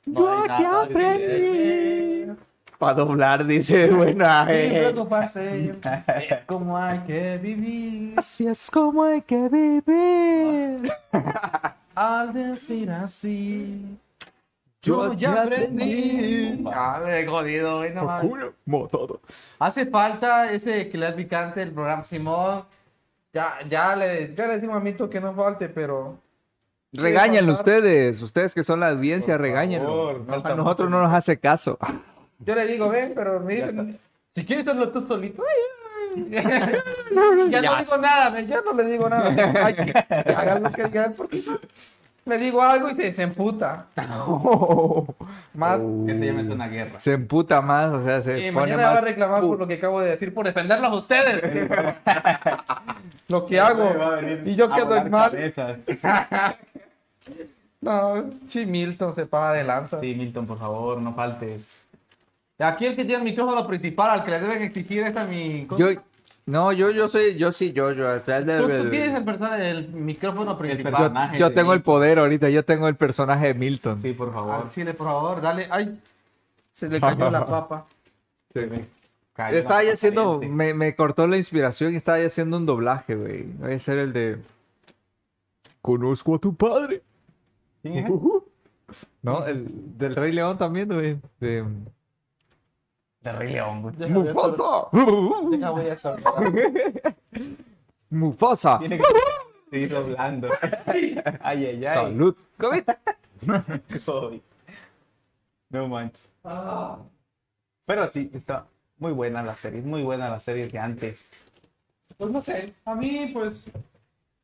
No Yo hay aquí nada de- aprendí. Para doblar, dice, <laughs> bueno, Sin eh. <laughs> preocuparse, es como hay que vivir. Así es como hay que vivir. Al decir así, Yo yo ya ya aprendí. aprendí. Ah, me he jodido, güey, no mames. Hakuna Matata. Hace falta ese que le picante del programa Simón. Ya, ya, le, ya le decimos a Mito que no falte, pero. Regáñenlo faltar. ustedes, ustedes que son la audiencia, Por regáñenlo. favor, No, falta a nosotros mucho. no nos hace caso. <laughs> Yo le digo, ven, pero me dicen, si quieres hazlo tú solito. <laughs> Ay, ay. ya no digo nada, men, ya no le digo nada. Ay, que, que hagan lo que digan, porque yo le digo algo y se, se emputa. Más. Ese ya me suena a guerra. Se emputa más, o sea, se pone Y mañana va a más. reclamar por lo que acabo de decir, por defenderlos a ustedes. <laughs> lo que hago. Va a venir Y yo a quedo volar en mal. cabezas. No, Chimilton se paga de lanza. Sí, Milton, por favor, no faltes. Aquí el que tiene el micrófono principal, al que le deben exigir esta mi. ¿Tú, Yo, no, yo, yo soy, yo sí, yo, yo. tú tienes el, perso- el micrófono principal? Yo, personaje yo de tengo el Milton. poder ahorita, yo tengo el personaje de Milton. Sí, por Al favor. chile, por favor, dale. Ay, se le <laughs> cayó la papa. Cayó Estaba ya la haciendo, patente. me, me cortó la inspiración y estaba ya haciendo un doblaje, güey. Voy a ser el de... Conozco a tu padre. Sí, ¿eh? <laughs> ¿No? El, del Rey León también, güey. De... De Rey León, güey. Deja voy a sor- Mufasa. deja, voy a sortear. Mufasa. Tiene que seguir doblando. <laughs> Ay, ay, ay. Salud. Come. Ay. No manches. Pero sí, está muy buena la serie. Muy buena la serie de antes. Pues no sé, a mí, pues.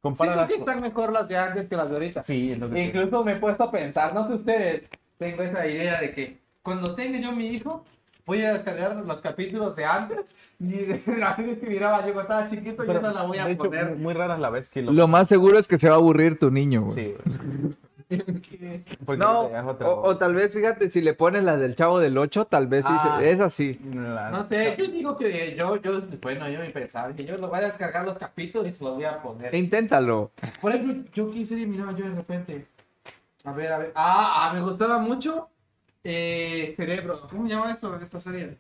Compara Siento que están mejor las de antes que las de ahorita. Sí, es lo que te- Incluso me he puesto a pensar, no sé ustedes, tengo esa idea de que cuando tenga yo mi hijo, voy a descargar los capítulos de antes y <laughs> de las series que miraba yo cuando estaba chiquito, yo Pero, no la voy a de hecho, poner. muy raras la vez que lo. Lo más seguro es que se va a aburrir tu niño, güey. Sí, güey. <laughs> Porque No, te das o, otra voz. o tal vez, fíjate, si le pones la del Chavo del 8, tal vez Ah. dice, es así. La- No sé, yo digo que yo, yo, bueno, yo me pensaba, dije, yo lo voy a descargar los capítulos y se los voy a poner. Inténtalo. Por ejemplo, yo qué serie miraba yo de repente. A ver, a ver. Ah, ah, me gustaba mucho eh, Cerebro. ¿Cómo se llama eso, esta serie?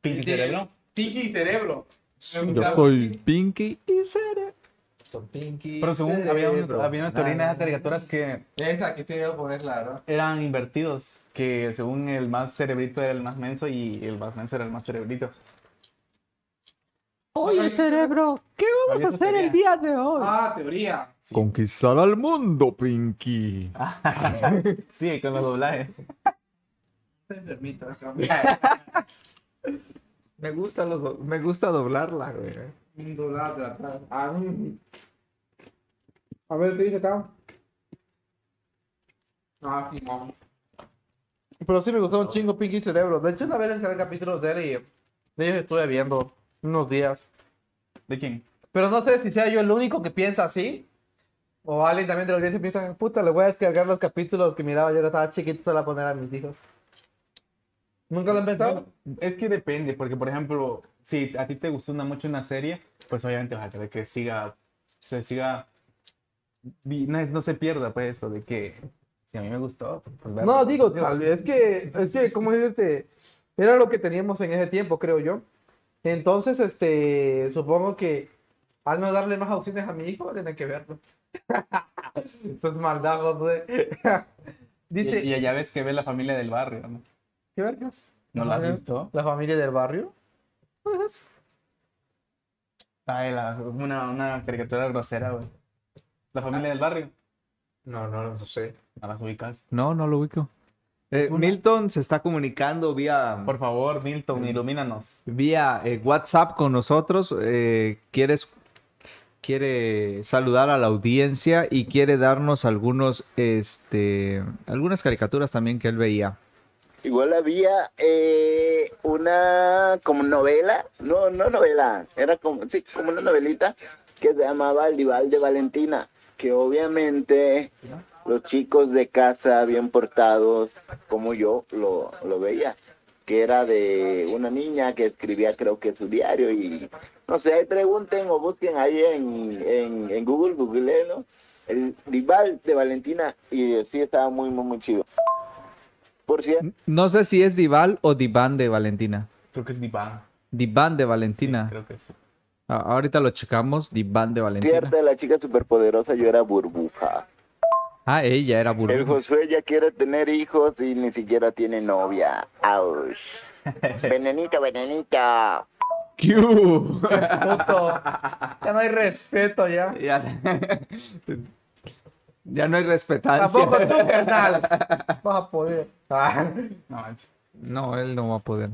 Pinky De- Cerebro. Pinky y Cerebro. Me Yo gustaba. soy Pinky y seré. Pero según había, un- había una teoría en esas caricaturas que Esa que te iba a poner, la verdad. eran invertidos. Que según el más cerebrito era el más menso y el más menso era el más cerebrito. Oye, cerebro, ¿qué vamos Había a esa hacer el día de hoy? Ah, teoría. Sí. Conquistar al mundo, Pinky. Sí, con los doblajes. Está enfermito. ese hombre. Me gusta, los do- me gusta doblarla, güey. Un dólar de la tarde. Ah, mm. A ver, ¿qué dice acá? Ah, sí, no. Pero sí me gustó un chingo Pinky Cerebro. De hecho, una vez en el capítulo de él y de ellos estuve viendo unos días. ¿De quién? Pero no sé si sea yo el único que piensa así. O alguien también de la audiencia piensa, puta, le voy a descargar los capítulos que miraba yo que estaba chiquito solo a poner a mis hijos. ¿Nunca lo han pensado? Bueno, es que depende, porque por ejemplo, si a ti te gustó una- mucho una serie, pues obviamente vas a querer que siga, se siga, vi- no, no se pierda pues eso de que si a mí me gustó, pues verlo. No, digo, tal vez es que, es que, ¿cómo decirte? Era lo que teníamos en ese tiempo, creo yo. Entonces, este, supongo que al no darle más opciones a mi hijo, tiene que verlo. Estos maldajos, güey. Y, Dice, y allá ves que ve la familia del barrio, ¿no? ¿qué vergas? ¿No la has visto? ¿La familia del barrio? Pues, Ah, la- una, una caricatura grosera, güey. La familia del barrio. No, no, no sé. No las ubicas. No, no lo ubico. Eh, Milton se está comunicando vía, Por favor, Milton, ilumínanos. vía eh, WhatsApp con nosotros. Eh, ¿Quieres quiere saludar a la audiencia y quiere darnos algunos este algunas caricaturas también que él veía. Igual había eh, una como novela, no, no novela, era como, sí, como una novelita que se llamaba El Dival de Valentina, que obviamente los chicos de casa bien portados, como yo, lo, lo veía, que era de una niña que escribía creo que su diario y no sé, ahí pregunten o busquen ahí en, en, en Google, googleenlo, el Dival de Valentina y sí estaba muy, muy, muy chido. Por cierto, No sé si es Dival o Diván de Valentina. Creo que es Diván. Diván de Sí, Valentina. creo que sí. A- ahorita lo checamos. Diván de Valentina. cierta, la chica superpoderosa, yo era burbuja. Ah, ella era El burbuja. Josué ya quiere tener hijos y ni siquiera tiene novia. Aush. Venenito, venenito. ¿Qué hubo? Puto. Ya no hay respeto ya. ya, <laughs> ya no hay Tampoco respetancia. tú, carnal. Vas a poder. <laughs> Ah, No manches. No, él no va a poder.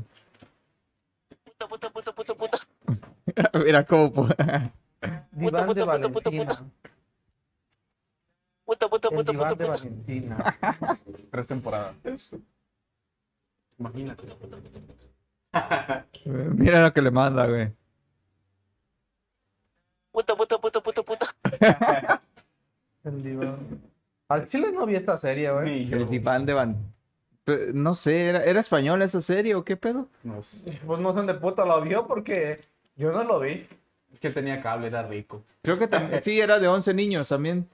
Puto, puto, puto, puto, puto. <laughs> Mira cómo. po- <laughs> diván puto, de puto, puto, puto. Valentina. Puto, puto, El puto, diván puto, de puto. <laughs> Valentina. Tres temporadas. Imagínate. Mira lo que le manda, güey. Puto, puto, puto, puto, puto. El diván. Al chile no vi esta serie, güey. Ni yo. El diván de Van. Pe- No sé, ¿era, era española esa serie o qué pedo? No sé. Pues no sé dónde puta lo vio porque yo no lo vi. Es que él tenía cable, era rico. Creo que también. Sí, era de 11 niños también.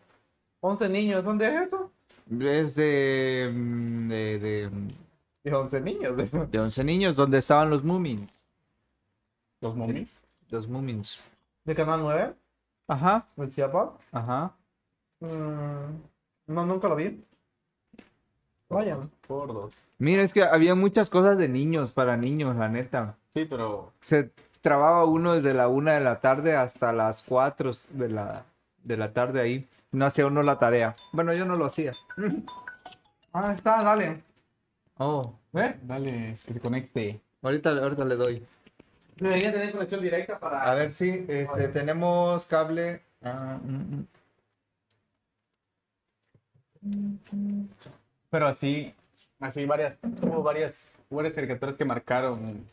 11 niños, ¿dónde es eso? Es de. mm, De, de, De 11 niños. <laughs> güey. de 11 niños, donde estaban los Moomins. Los momis. Los Moomins. De Canal 9, Ajá, de Chiapas. ajá. Mm, no, nunca lo vi. Vayan. Por dos. Mira, es que había muchas cosas de niños, para niños, la neta. Sí, pero Se trababa uno desde la una de la tarde hasta las 4 de la, de la tarde ahí. No hacía uno la tarea. Bueno, yo no lo hacía. Ah, está, dale. Oh, ¿Eh? dale, que se conecte. ahorita, ahorita le doy. Debería tener conexión directa para. A ver si este, tenemos cable. Ah, mm, mm. mm. Pero así, así varias, hubo varias, varias caricaturas que marcaron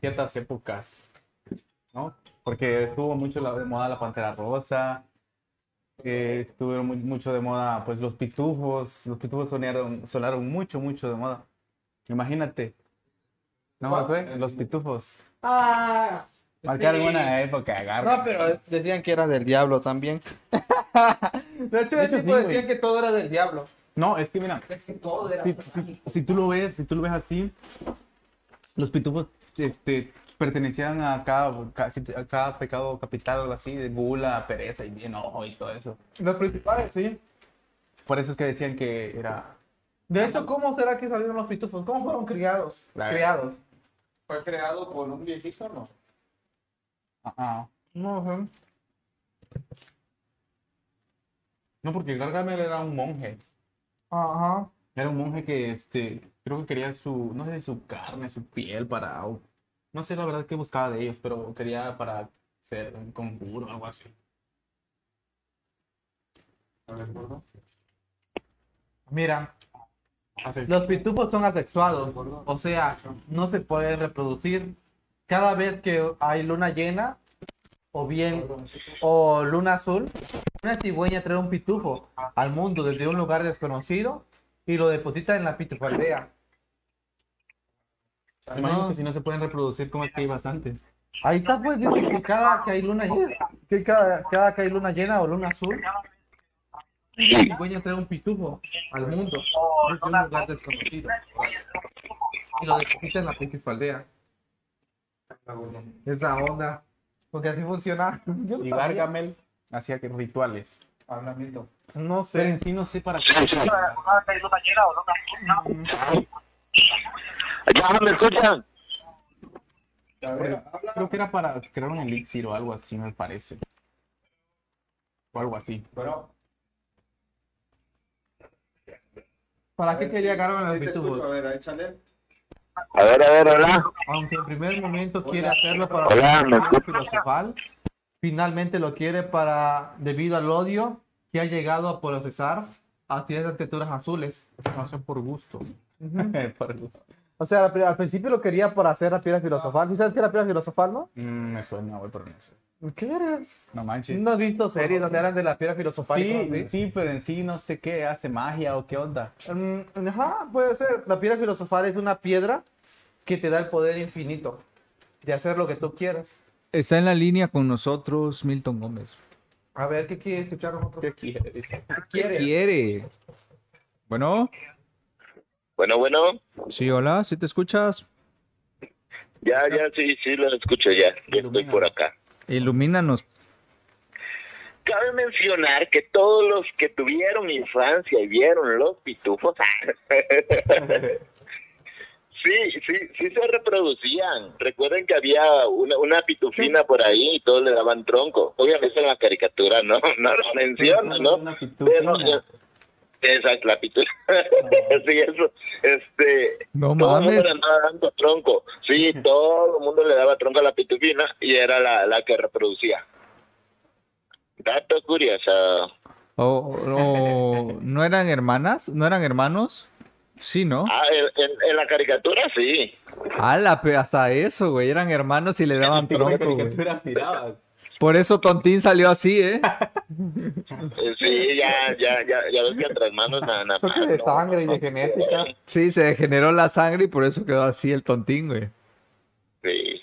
ciertas épocas, ¿no? Porque estuvo mucho la- de moda la Pantera Rosa, eh, estuvieron mu- mucho de moda, pues, los pitufos, los pitufos sonaron, sonaron mucho, mucho de moda. Imagínate, ¿no, ¿Cuál? Josué? Los pitufos. Ah, Marcaron eh, sí. una época, agarra. No, pero decían que era del diablo también. de hecho, De el hecho, tipo sí, decían güey. que todo era del diablo. No, es que mira, Es que todo era. si, si- si tú lo ves, si tú lo ves así, los pitufos este, pertenecían a cada, ca- si- a cada pecado capital, algo así, de gula, pereza y enojo y todo eso. Los principales, sí. Por eso es que decían que era... De hecho, ¿cómo será que salieron los pitufos? ¿Cómo fueron criados? Claro. Criados. ¿Fue creado por un viejito no? Ah, ah. No sé. No, porque Gargamel era un monje. Ajá. Era un monje que, este, creo que quería su, no sé si su carne, su piel para... o- no sé la verdad que buscaba de ellos, pero quería para ser un conjuro o algo así. A ver, gordo. Mira, Así es. los pitufos son asexuados, o sea, no se pueden reproducir. Cada vez que hay luna llena, o bien, o luna azul, una cigüeña trae un pitufo al mundo desde un lugar desconocido y lo deposita en la pitufaldea. Imagino que si no se pueden reproducir, como es que hay bastantes? Ahí está, pues, dice que cada que hay luna llena, que cada, cada que hay luna llena o luna azul, la cigüeña trae un pitufo al mundo desde un lugar desconocido y lo deposita en la pitufaldea. Esa onda. Porque así <laughs> funciona. Yo no Y sabía. Gargamel hacía que rituales. No Pero en sé. sí no sé para qué. Ya me escuchan. Creo que era para crear un elixir o algo así, me parece. O algo así. ¿Para qué quería Gargamel los pitufos? A ver, a ver, hola. Aunque en primer momento quiere hacerlo para Hola, ¿me algo escuchas? filosofal, finalmente lo quiere para debido al odio que ha llegado a procesar hacia esas criaturas azules. No sé por gusto. <laughs> Por gusto. O sea, al pri- al principio lo quería por hacer la piedra filosofal. ¿Sí sabes qué es la piedra filosofal, no? Mm, me suena, güey, pero no sé. ¿Qué eres? No manches. ¿No has visto series donde hablan de la piedra filosofal? y sí, cosas así? sí, pero en sí no sé qué, hace magia o qué onda. Mm, ajá, puede ser. La piedra filosofal es una piedra que te da el poder infinito de hacer lo que tú quieras. Está en la línea con nosotros Milton Gómez. A ver, ¿qué quieres escuchar nosotros? ¿Qué ¿Qué quieres? quiere? Bueno, Bueno, bueno, sí, hola, ¿sí te escuchas? ya, ya, sí, sí, lo escucho ya. Ya estoy por acá. Ilumínanos. Cabe mencionar que todos los que tuvieron infancia y vieron los pitufos, <laughs> sí, sí, sí se reproducían. Recuerden que había una, una pitufina por ahí y todos le daban tronco. Obviamente en la caricatura no, <laughs> no lo menciona, ¿no? Una Pero, pitufina. exacto, la pitufina. <laughs> sí, eso. Este, No todo el mundo mames. le andaba dando tronco. Sí, todo el mundo le daba tronco a la pitufina y era la, la que reproducía. Dato curioso. O, o- ¿No eran hermanas? ¿No eran hermanos? Sí, ¿no? Ah, en, en- en la caricatura sí. Ala, pero hasta eso, güey. Eran hermanos y le daban Tipo de tronco, güey. caricatura mirabas. Por eso Tontín salió así, ¿eh? Eh, Sí, ya, ya, ya, ya ves que entre hermanos nada, nada más. de ¿no? sangre y de genética. Sí, se degeneró la sangre y por eso quedó así el Tontín, güey. Sí.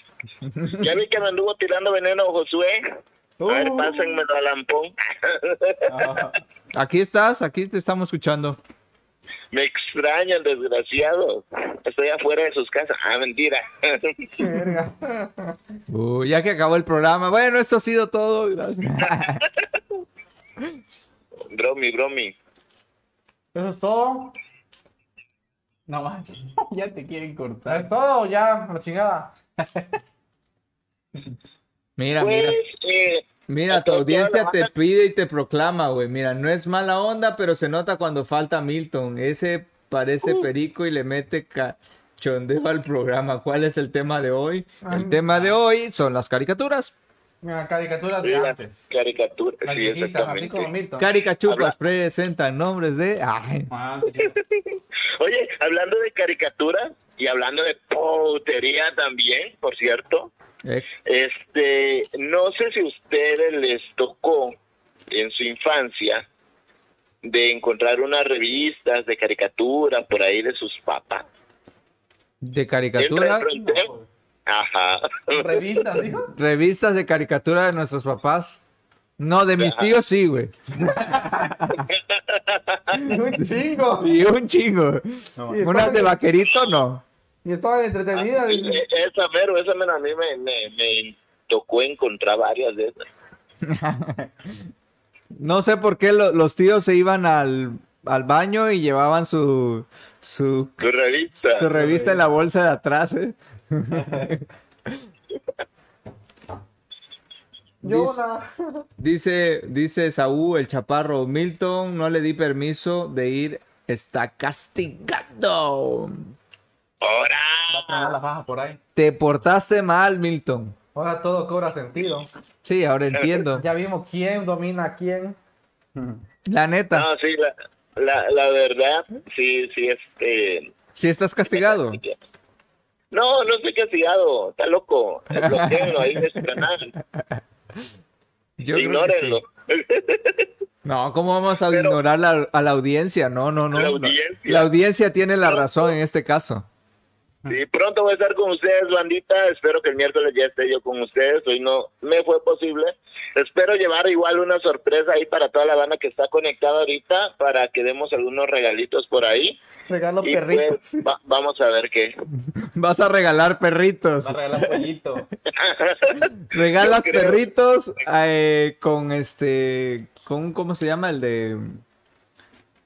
Ya vi que me anduvo tirando veneno Josué. A Uh. ver, pásenmelo al lampón. Ah, Aquí estás, aquí te estamos escuchando. Me extrañan, desgraciado. Estoy afuera de sus casas. Ah, <laughs> mentira. Uh, ya que acabó el programa. Bueno, esto ha sido todo. Gracias. bromi, bromi. Eso es todo. no manches, <laughs> ya te quieren cortar. Es todo, ya, la chingada. Mira, mira. Pues, eh, Mira, tu Entonces, toda la audiencia te banda- pide y te proclama, güey. Mira, no es mala onda, pero se nota cuando falta Milton. Ese parece Uh. perico y le mete cachondeo al programa. ¿Cuál es el tema de hoy? El tema de hoy son las caricaturas. Mira, caricaturas de La antes. caricatura, Las sí, viejitas, así exactamente. como Milton. Caricachupas Habla- presentan nombres de... Ay, Manches. <laughs> Oye, hablando de caricatura y hablando de putería también, por cierto, eh, este, no sé si a ustedes les tocó en su infancia de encontrar unas revistas de caricatura por ahí de sus papás. de Entra caricatura. dentro del tema. Ajá. Revistas, dijo. Revistas de caricatura de nuestros papás. No, de mis Ajá. tíos sí, güey. Un chingo. Y un chingo. No, Y Unas de estaban- vaquerito, no. Y estaban entretenidas. dice. Eh, Esa, pero esa men, a mí me, me- me tocó encontrar varias de esas. No sé por qué lo- los tíos se iban al, al baño y llevaban su, su, Tu revista. su revista en la bolsa de atrás. ¿eh? <laughs> Yo Dice- una. Dice, dice Saúl, el chaparro, Milton, no le di permiso de ir, está castigando. Ahora. Traer la faja por ahí. Te portaste mal, Milton. Ahora todo cobra sentido. Sí, ahora entiendo. Ya vimos quién domina a quién. La neta, No, sí, la, la, la verdad, sí, sí, este... si estás castigado. No, no estoy castigado, <laughs> está loco. Bloqueenlo ahí de su canal, Yo creo que ignórenlo. sí. No, ¿cómo vamos a Pero- ignorar la- a la audiencia? No, no, no. La no. audiencia. La audiencia tiene la razón en este caso. Ah. Y pronto voy a estar con ustedes, bandita. Espero que el miércoles ya esté yo con ustedes. Hoy no me fue posible. Espero llevar igual una sorpresa ahí para toda la banda que está conectada ahorita, para que demos algunos regalitos por ahí. Regalo Y perritos. pues, <laughs> va- vamos a ver qué. Vas a regalar perritos. Va a regalar pollito. Regalas Yo creo- perritos eh, con este. con ¿Cómo se llama? El de.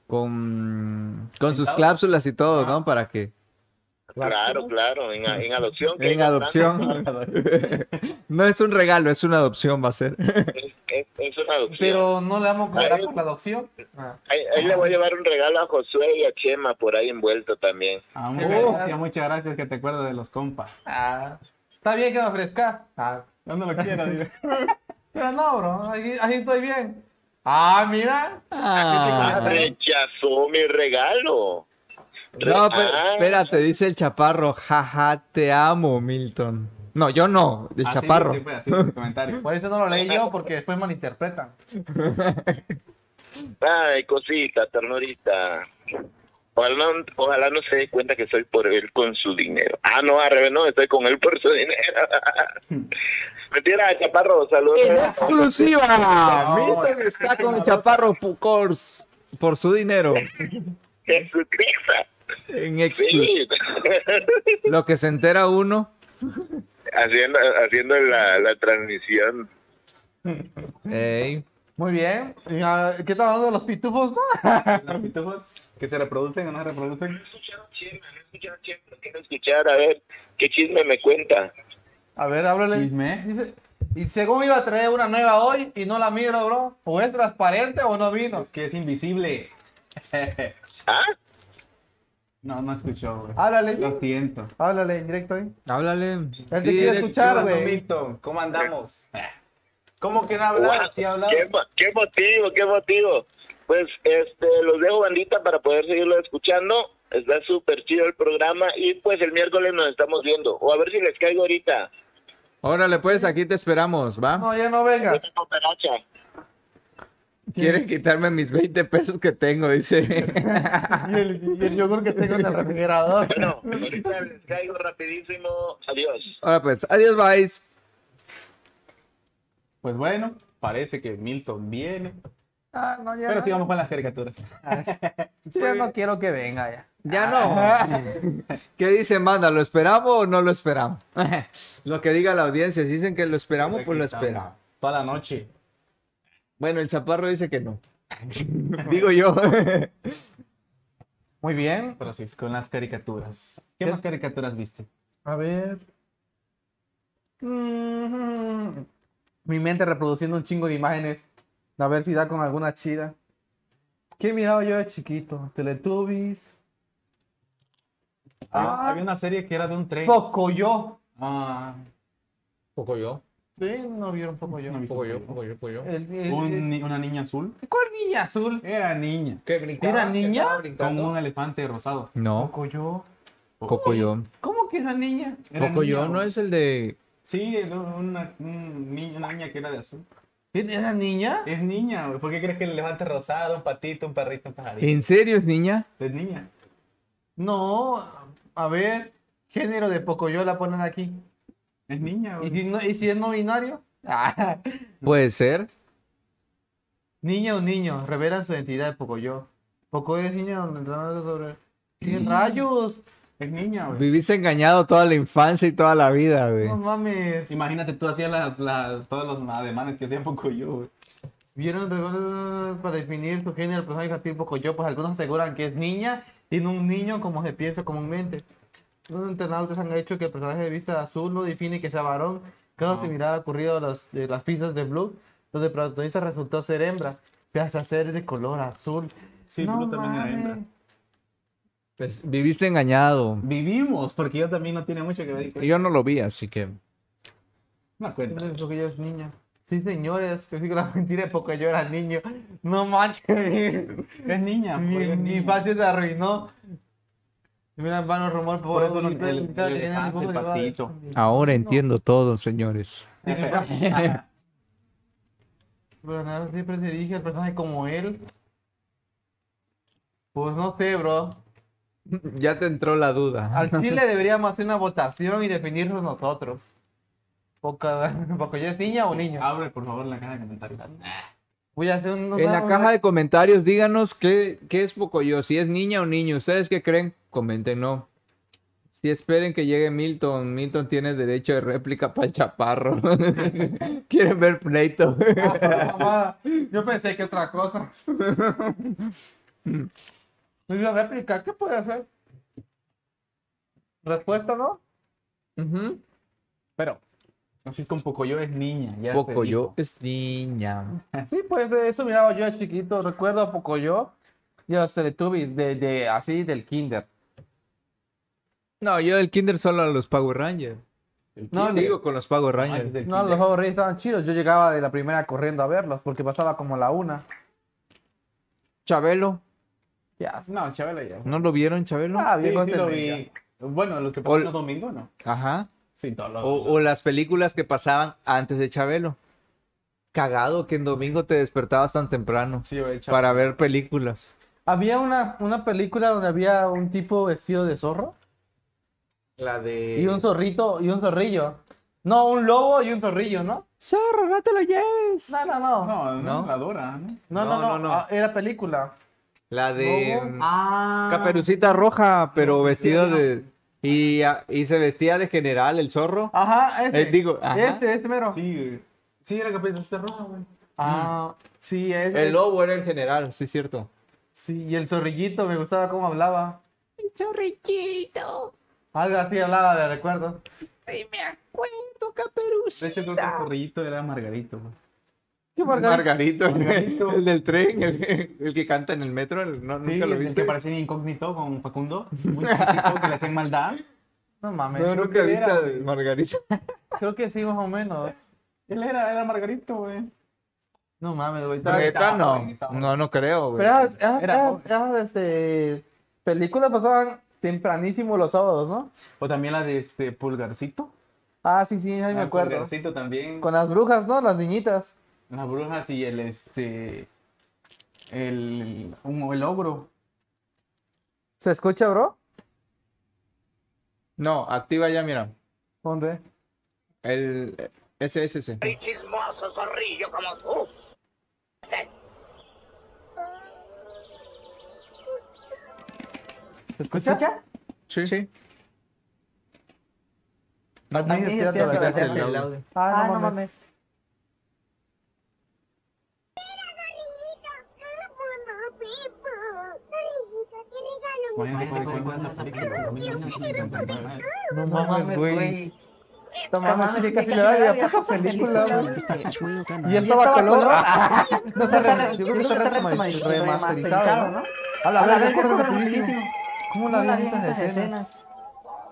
Con, con sus ¿Sentado? clápsulas y todo, ¿no? Para que. Claro, claro, en, en adopción. que En hay adopción. No es un regalo, es una adopción, va a ser. bastante. Es, es una adopción. Pero no le vamos a cobrar por la adopción. Ah. Ahí, ahí le voy a llevar un regalo a Josué y a Chema por ahí envuelto también. Ah, muchas Oh. gracias, muchas gracias que te acuerdas de los compas. Ah, Está bien que me ofrezcas. Ah, No, no lo quiero, digo. Pero no, bro. Ahí, ahí estoy bien. Ah, mira. Ah, Rechazó mi regalo. No, pe- Ah. espérate, dice el chaparro, jaja, te amo, Milton. No, yo no, el Así chaparro. dice, pues, así dice el comentario. Por eso no lo leí yo, porque después malinterpretan. Ay, cosita, ternurita. Ojalá no, ojalá no se dé cuenta que soy por él con su dinero. Ah, no, al revés, no, estoy con él por su dinero. Mentira, Chaparro, saludos. ¡En exclusiva! No. Milton está con el chaparro pu- por, s- por su dinero. Jesucristo. En exclusiva. Sí. Lo que se entera uno. <laughs> haciendo haciendo la, la transmisión. Ey. Muy bien. Ah, ¿Qué está hablando de los pitufos? no? Los pitufos que se reproducen o no se reproducen. Quiero escuchar, a ver, ¿qué chisme me cuenta? A ver, háblale. Chisme. Dice, y según iba a traer una nueva hoy y no la miro, bro. O es transparente o no vino. Es que es <laughs> invisible. ¿Ah? No, no escuchó, güey. Háblale. Lo siento. Háblale en directo ahí. Háblale. te quiere escuchar, Bueno, güey. Milton, ¿cómo andamos? Ah. ¿Cómo que no hablas? ¿Sí hablas? ¿Qué, mo- qué motivo? ¿Qué motivo? Pues este, los dejo bandita para poder seguirlo escuchando. Está súper chido el programa y pues el miércoles nos estamos viendo. O a ver si les caigo ahorita. Órale, pues aquí te esperamos, ¿va? No, ya no vengas. Una cucaracha. Quiere quitarme mis 20 pesos que tengo, dice. <laughs> Y el, y el yogur que tengo en el refrigerador. Bueno, ahorita les caigo rapidísimo. Adiós. Ahora pues, adiós, bye. Pues bueno, parece que Milton viene. Ah, no, ya Pero no. sigamos con las caricaturas. Yo ya no quiero que venga ya. Ya no. ¿Qué dicen, manda? ¿Lo esperamos o no lo esperamos? <laughs> lo que diga la audiencia. Si dicen que lo esperamos, pues lo Aquí esperamos. estamos, Toda la noche. Bueno, el chaparro dice que no. <laughs> Digo yo. Muy bien. Pero sí, es con las caricaturas. ¿Qué más caricaturas viste? A ver. Mm, Mi mente reproduciendo un chingo de imágenes. A ver si da con alguna chida. ¿Qué miraba yo de chiquito? Teletubbies. Había- Ah. Había una serie que era de un tren. Poco yo. Ah, Poco yo, Sí, no vieron poco yo. no vi poco yo, tampoco. poco yo, poco yo. El- el- Un ni- una niña azul. el- ¿Cuál niña azul? Era niña. ¿Qué brincaba? ¿Era ¿Que niña? estaba Con brincando? un elefante rosado. No, Poco yo. Cocoyo. ¿Cómo que era niña? Era Cocoyo niña, no güey. es el de. Sí, era una, un niño- una niña que era de azul. ¿Era niña? Es niña, güey. ¿Por qué crees que el elefante rosado, un patito, un perrito, un pajarito? ¿En serio es niña? Es niña. No. A ver. Género de poco yo la ponen aquí. Es niña, ¿Y güey. si, no- y si es no binario? Ah. Puede ser. Niña o niño, revelan su identidad de Pocoyo. Pocoyo es niño no es sobre. ¡Qué Mm. rayos! Es niña, güey. Viviste engañado toda la infancia y toda la vida, güey. No mames. Imagínate, tú hacías las, las, todos los ademanes que hacía Pocoyo, güey. Vieron revelan para definir su género el personaje infantil Pocoyo, pues algunos aseguran que es niña y no un niño como se piensa comúnmente. Los internautas han hecho que el personaje de vista azul no define que sea varón. Cada similar ha ocurrido a las, de las pistas de Blue, donde el protagonista resultó ser hembra, de hasta ser de color azul. Sí, Blue también era hembra. mames. Pues, viviste engañado. Vivimos, porque yo también no tiene mucho que ver. con- Y Yo no lo vi, así que. No cuenta. Entonces, porque yo es niña. Sí, señores, que sí que la mentira es porque yo era niño. <laughs> No manches. Es niña, mi, güey. es mi niña. infancia se arruinó. Y Mira, en vano rumor por, Por eso mi el- pelo el- el pintado tenía elefante, dibujo el elevado. patito. Ahora entiendo todo, señores. <laughs> Pero nada, siempre se dirige al personaje como él. Pues no sé, bro. <laughs> Ya te entró la duda. Al Chile deberíamos hacer una votación y definirnos nosotros. Porque, <laughs> porque yo es niña o niño. Abre, por favor, la caja de comentarios. Voy a hacer un. En una- la caja de comentarios, díganos qué, qué es Pocoyo, si es niña o niño. ¿Ustedes qué creen? Comenten, no. Si esperen que llegue Milton, Milton tiene derecho de réplica para el chaparro. <laughs> Quieren ver <laughs> pleito. Mamá, Yo pensé que otra cosa. Y la réplica, ¿qué puede hacer? Respuesta, ¿no? Ujú. Pero, así es con Pocoyo es niña. Ya se Pocoyo dijo. es niña. Sí, pues eh, eso miraba yo de chiquito. Recuerdo a Pocoyo y a los Teletubbies, de, de, así del kinder. No, yo del kinder solo a los Power Rangers. No, No, ni- digo con los Power Ah, Rangers. es del No, los kinder. Power Rangers estaban chidos. Yo llegaba de la primera corriendo a verlos porque pasaba como a la una. Chabelo. Ya. Ah, No, Chabelo ya. ¿No lo vieron, Chabelo? Ah, Sí, viejos sí del lo medio. vi. Bueno, los que Ol- pasan los domingos, ¿no? Ajá. Sí, todos los O, o las películas que pasaban antes de Chabelo. Cagado que en domingo te despertabas tan temprano Sí, güey, Chabelo. para ver películas. Había una, una película donde había un tipo vestido de zorro La de. y un zorrito y un zorrillo. No, un lobo y un zorrillo, ¿no? Zorro, no te lo lleves. No, no, no. No, No, no, ¿No? la dura, ¿no? no, no. No, no, no. Ah, era película. La de mm, Ah. Caperucita Roja, pero vestido de... Y, a- y se vestía de general el zorro. Ah, Ajá, ese. Eh, digo, ajá. Este, este mero. Sí, güey. Sí, era Caperucita Roja, güey. Ah, sí, ese. Mm. El lobo era el general, sí es cierto. Sí, y el zorrillito, me gustaba cómo hablaba. El zorrillito. Algo así hablaba, de recuerdo. De hecho, creo que el Ah. zorrillito era Margarito, güey. ¿Qué margarita? Margarito, el- Margarito. el del tren, el, el que canta en el metro, el- no, Sí, nunca lo el viste. que parecía incógnito con Facundo. Un chiquito que le hacían maldad. No mames. No, nunca que viste era, a güey. Margarito. Creo que sí, más o menos. Él era, era Margarito, güey. No mames, güey. Porque- Neta, no, güey, estaba- no, no creo, güey. Pero esas, esas- Era esas- joven. esas, este, películas pasaban tempranísimo los sábados, ¿no? O también la de este Pulgarcito. Ah, sí, sí, ahí me Ah, acuerdo. Pulgarcito también. Con las brujas, ¿no? Las niñitas. Las brujas y el este. El. un- el ogro. ¿Se escucha, bro? No, activa ya, mira. ¿Dónde? El SSC. Y chismoso zorrillo como tú. ¿Se escucha? Sí. sí. No me digas que era que todavía. era todavía. audio. Ah, no mames. Imagínate cuál- cuál fue esa película, 1959. No mames, güey. No mames, que casi casi le le da da y pasa película, güey. Y Y ya estaba estaba color. color. Ah, No está Está re- re- yo creo que está remasteri- remasterizado, remasterizado, ¿no? ¿no? Habla, Habla, habla, habla, corre corre rapidísimo. muchísimo. ¿Cómo No la la vi vi esas escenas?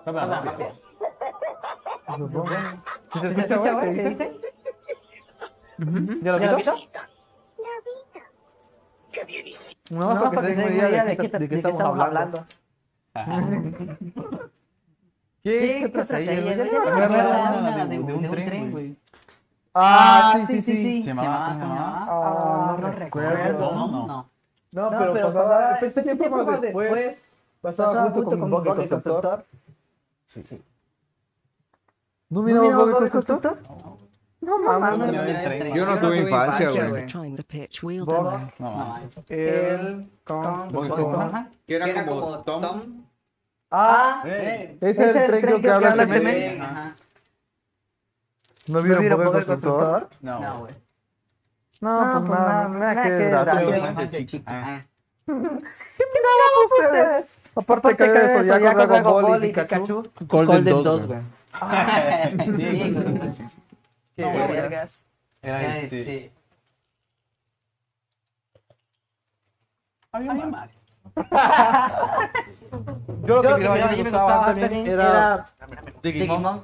Habla rápido. ¿Sí ¿Se escucha, güey? ¿Qué dice? ¿Ya ¿Ya lo quito? lo quito? No, No, porque se den una idea de qué- de qué estamos hablando. ¿Qué, ¿Qué qué otra trasería? tragedia? Ya no Yo me no acuerdo. me acuerdo. Ah, una de- de un- de un tren, güey. Ah, sí, sí, sí. Se llamaba. ¿cómo se llamaba? Ah, no no recuerdo. recuerdo. No, no. No, No, pero pero pasaba, pasaba- pensé que pensé que poco poco después después, pasaba junto con Bob el Constructor. ¿No ¿No miraba miramos Bob el Bob el Constructor? constructor? No No, no, mames. no, el tren. Yo no tuve infancia, güey. Bob No, no. el Constructor. Ajá. Que era como Tom. Ah, Eh, ese es el tren que habla habla Clemente. Clemente. ajá. ¿No ¿No vieron vieron Bob Bob el el Constructor? constructor? No, güey. No, pues nada, nada que desgracia. Infancia chica. Ah. ustedes? Aparte de Aparte Caballeros del que Zodiaco, Zodiaco, Dragon Dragon Ball Ball y y Pikachu. Golden, Dog, güey. Sí, güey. Qué No, vergas. vergas. Era este. Había una madre. <laughs> Yo lo Yo que lo que miraba miraba y me gustaba también era era Digimon. Digimon.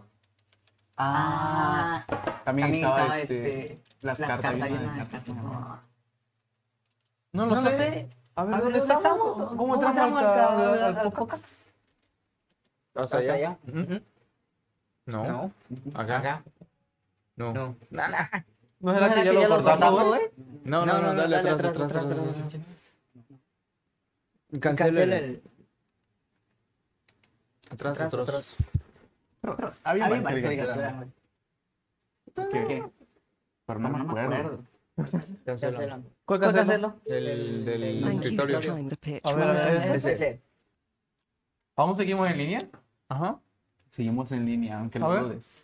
Ah, también, también estaba, estaba, este, este, las, las cartas. había una cartas, había de una de cartas, ¿no? No No lo lo sé. sé. A ver, A ver, ¿dónde estamos? ¿Cómo entramos al ca- al al podcast? ¿Hasta allá? No. ¿Acá? No. No. ¿No ¿No será que ya lo cortamos, güey? No, no, dale, atrás, atrás, atrás, atrás, Cancela, el... Atrás, atrás. Había varias caricaturas. ¿Qué? Pero no me acuerdo. Cancela. ¿Cuál cancelo? El del escritorio. A ver, a ver, Ese. ¿Aún seguimos en línea? Ajá. Seguimos en línea, aunque lo A ver. dudes.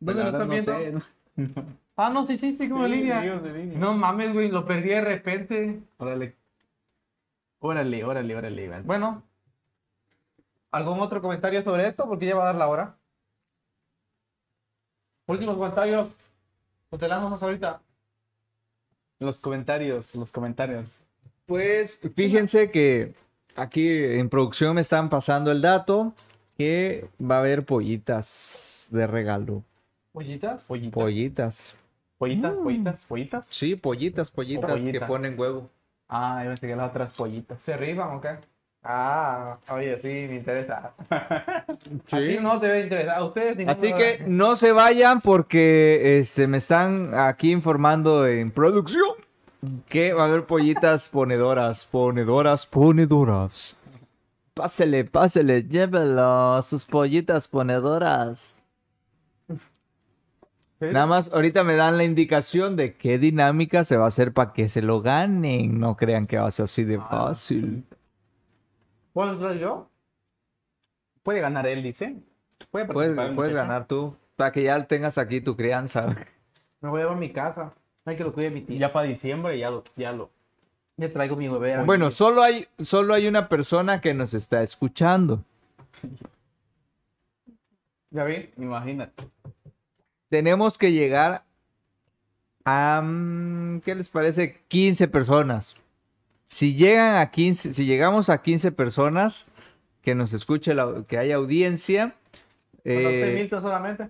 ¿Dónde lo Pero están ahora viendo? no sé, Ah, no, sí, sí, seguimos no- en línea. seguimos en línea. No mames, güey, lo perdí de repente. Órale. Órale, órale, órale, Iván. Bueno, ¿algún otro comentario sobre esto? Porque ya va a dar la hora. Últimos comentarios. Tutelamos hasta ahorita. Los comentarios, los comentarios. Pues fíjense que aquí en producción me están pasando el dato que va a haber pollitas de regalo. ¿Pollitas? Pollitas. Pollitas. Mm. pollitas, pollitas, pollitas. Sí, pollitas, pollitas pollita. que ponen huevo. Ah, yo pensé que las otras pollitas. ¿Se rifan o qué? Ah, oye, sí, me <laughs> interesa. A ti no te ve interesar, a ustedes ninguno. Así que no se vayan porque este, me están aquí informando en producción que va a haber pollitas ponedoras, ponedoras, ponedoras. Pásele, pásele, llévelo, sus pollitas ponedoras. Nada más, ahorita me dan la indicación de qué dinámica se va a hacer para que se lo ganen. No crean que va a ser así de fácil. ¿Puedo soy yo? Puede ganar él, dice. Puede Puedes, participar. el puedes muchacho. ganar tú, para que ya tengas aquí tu crianza. Me voy a llevar a mi casa. Hay que lo cuide mi Y tía. ya para diciembre ya lo, ya lo. Le traigo mi bebé. a mi Bueno, tía. solo hay, solo hay una persona que nos está escuchando. Ya vi, imagínate. Tenemos que llegar a... mm, ¿Qué les parece? 15 personas. Si llegan a 15, si llegamos a 15 personas que nos escuche, la- que haya audiencia, ¿Conoce eh, Milton solamente?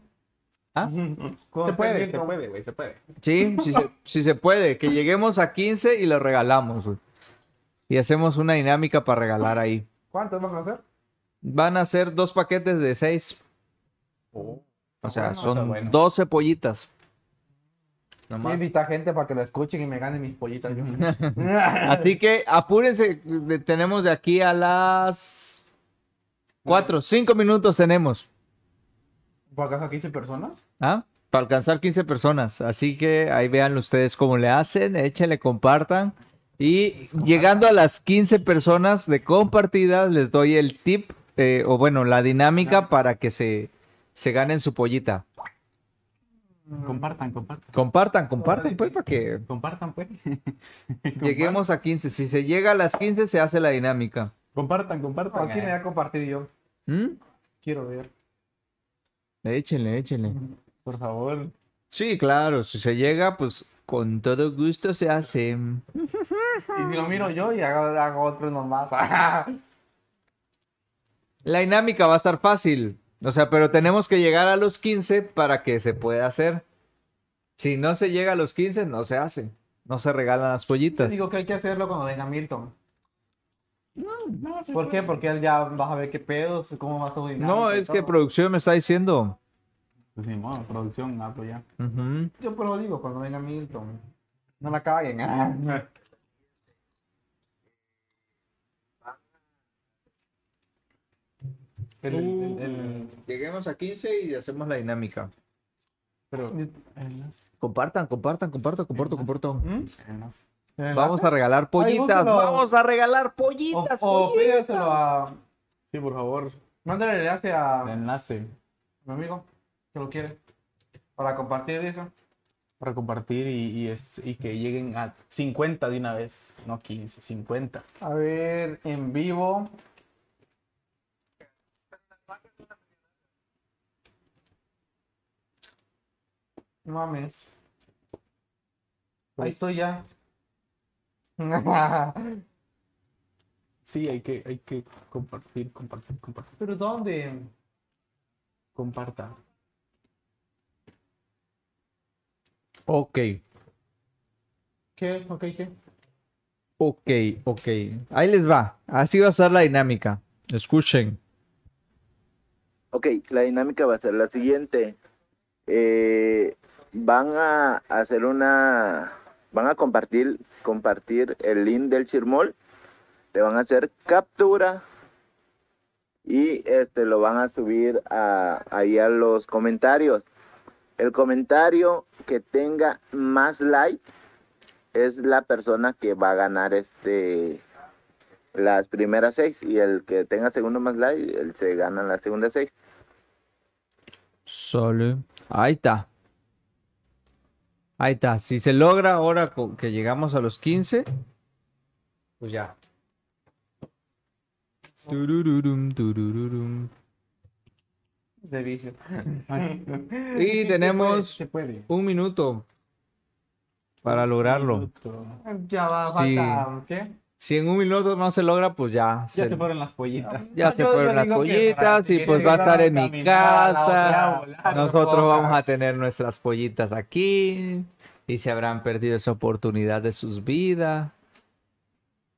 ¿Ah? Con Se puede, se Milton. puede, güey, se puede. sí, si se, si se puede, que lleguemos a 15 y lo regalamos. güey. Y hacemos una dinámica para regalar ahí. ¿Cuántos van a hacer? Van a ser dos paquetes de 6. O sea, bueno, está son bueno. 12 pollitas. Sí, Nomás. invita gente para que lo escuchen y me ganen mis pollitas. yo. Así que apúrense, le- tenemos de aquí a las 4, 5 minutos tenemos, ¿Por acaso 15 personas? ¿ah? Para alcanzar 15 personas. Así que ahí vean ustedes cómo le hacen, échenle, compartan. Y llegando a las 15 personas de compartidas, les doy el tip, eh, o bueno, la dinámica para que se, se ganen su pollita. Compartan, compartan. Compartan, compartan, pues, para que Compartan, pues. lleguemos a 15. Si se llega a las 15, se hace la dinámica. Compartan, compartan. Aquí me voy a compartir yo. ¿Mm? Quiero <laughs> ver. Échenle, échenle. Por favor. Sí, claro, si se llega, pues con todo gusto se hace. Y si lo miro yo y hago, hago otro nomás. <laughs> La dinámica va a estar fácil. O sea, pero tenemos que llegar a los 15 para que se pueda hacer. Si no se llega a los 15, no se hace. No se regalan las pollitas. Digo que hay que hacerlo cuando venga Milton. ¿Por qué? Porque él ya vas a ver qué pedos, cómo va todo dinámico No, y es que todo. producción me está diciendo. Pues ni modo, producción, hablo ya. Ujú. Yo por lo digo, cuando venga Milton. No <laughs> la caguen. El- el- el- Lleguemos a 15 y hacemos la dinámica. pero. Compartan, compartan, compartan, compartan, compartan. Vamos Vamos a regalar pollitas. búscalo. Vamos a regalar O, pollitas. o pídaselo a. Sí, por favor. Mándale el enlace a El enlace mi amigo que lo quiere. Para compartir eso. para compartir y, y es- y que lleguen a 50 de una vez. No 15, 50. A ver, en vivo. No Mames. Ahí estoy ya. <laughs> Sí, hay que, hay que compartir, compartir, compartir. ¿Pero dónde? Comparta. Ok. ¿Qué? ¿Ok? ¿Qué? Ok, ok. Ahí les va. Así va a ser la dinámica. Escuchen. Ok, la dinámica va a ser la siguiente. Eh, van a hacer una, van a compartir, compartir el link del Chirmol, le van a hacer captura y este lo van a subir a, ahí a los comentarios. El comentario que tenga más like es la persona que va a ganar este las primeras seis y el que tenga segundo más like, él se gana las segundas seis. Sale. Ahí está. Ahí está. Si se logra ahora co- que llegamos a los 15, pues ya. Turururum, turururum. <laughs> De vicio. Y tenemos Se puede. un minuto para lograrlo. Ya va, Sí. falta. ¿Qué? Si en un minuto no se logra, pues ya. Ya se- se fueron las pollitas. Ya se Yo- yo fueron las digo que para pollitas y que pues va a estar en mi caminar a la casa. otra, volar, Nosotros pocas. vamos a tener nuestras pollitas aquí y se habrán perdido esa oportunidad de sus vidas.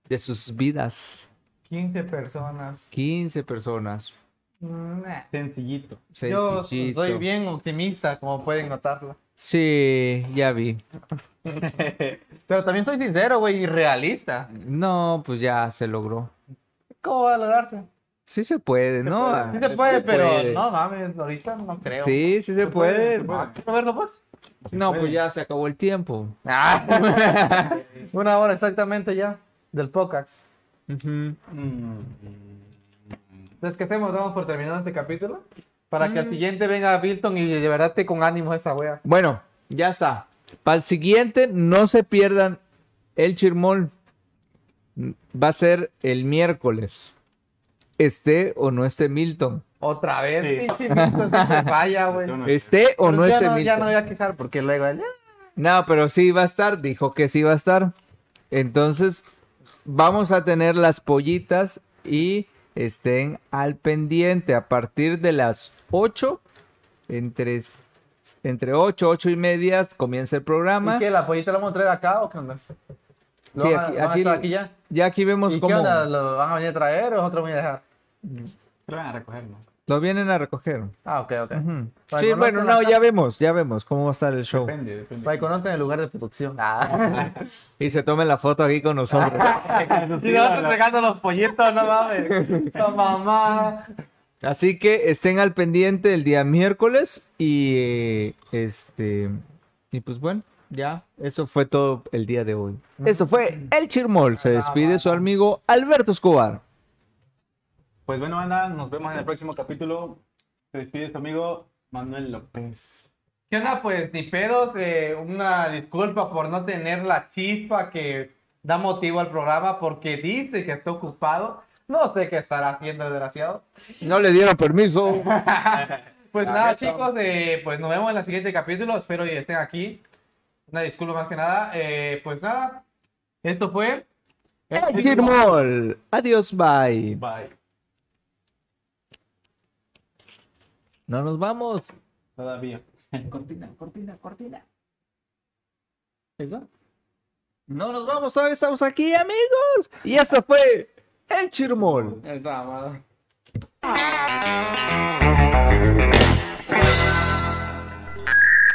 de sus vidas. 15 personas. 15 personas. Nah. Sencillito. Yo Sencillito. soy bien optimista, como pueden notarlo. Sí, ya vi. <laughs> Pero también soy sincero, güey, y realista. No, pues ya se logró. ¿Cómo va a lograrse? Sí se puede, ¿no? Sí se puede, pero puede. no mames, ahorita no creo. Sí, sí se puede. Ah, ¿Quiero verlo pues? No, pues ya se acabó el tiempo. Ah, <laughs> Una hora exactamente ya del podcast. Ujú. Entonces, ¿qué hacemos? Damos por terminado este capítulo. Para Mm. que al siguiente venga Bilton y de verdad te con ánimo esa wea. Bueno, ya está. Para el siguiente, no se pierdan el chirmol. Va a ser el miércoles. Esté o no esté Milton. Otra vez, Sí. pinche Milton, se te <laughs> falla, güey. Yo no- Esté o Pero no ya, esté no, ya Milton. no voy a quejar porque luego "¿Eh? él. No, pero sí va a estar, dijo que sí va a estar. Entonces, vamos a tener las pollitas y estén al pendiente a partir de las 8, entre, entre 8, 8 y media comienza el programa. ¿Y qué? ¿La pollita la vamos a traer acá o qué onda? Sí, Sí, aquí- aquí, van a aquí- estar aquí ya? Ya aquí vemos ¿Y cómo qué onda? ¿Lo van a venir a traer o nosotros vamos a dejar? Pero van a recogerlo. lo vienen a recoger. Ujú. Ah, ok, ok. Para Sí, que bueno, conozcan no, la- ya vemos, ya vemos cómo va a estar el show. Depende, depende. Para que conozcan el lugar de producción. Ah. oh. Y se tomen la foto aquí con nosotros. Eso sí, la- y nosotros la- entregando los pollitos, no mames. Esa mamá. Así que estén al pendiente el día miércoles y eh, este y pues bueno, ya eso fue todo el día de hoy. Eso fue El Chirmol. Se despide su amigo Alberto Escobar. Pues bueno, banda, nos vemos en el próximo capítulo. Se despide su amigo Manuel López. ¿Qué onda? Pues ni pedos, eh, una disculpa por no tener la chispa que da motivo al programa porque dice que está ocupado. No sé qué estará haciendo el desgraciado. No le dieron <laughs> permiso. Pues Ah, nada, chicos, eh, pues nos vemos en el siguiente capítulo. Espero que estén aquí. Una disculpa más que nada. Eh, pues nada, esto fue El Chirmol. Adiós, bye. Bye. No nos vamos. Todavía. Cortina, cortina, cortina. No nos vamos, todavía estamos aquí, amigos. Y eso fue El Chirmol.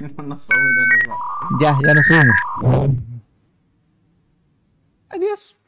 No nos vamos, no nos vamos. Ya, ya nos vamos. Adiós.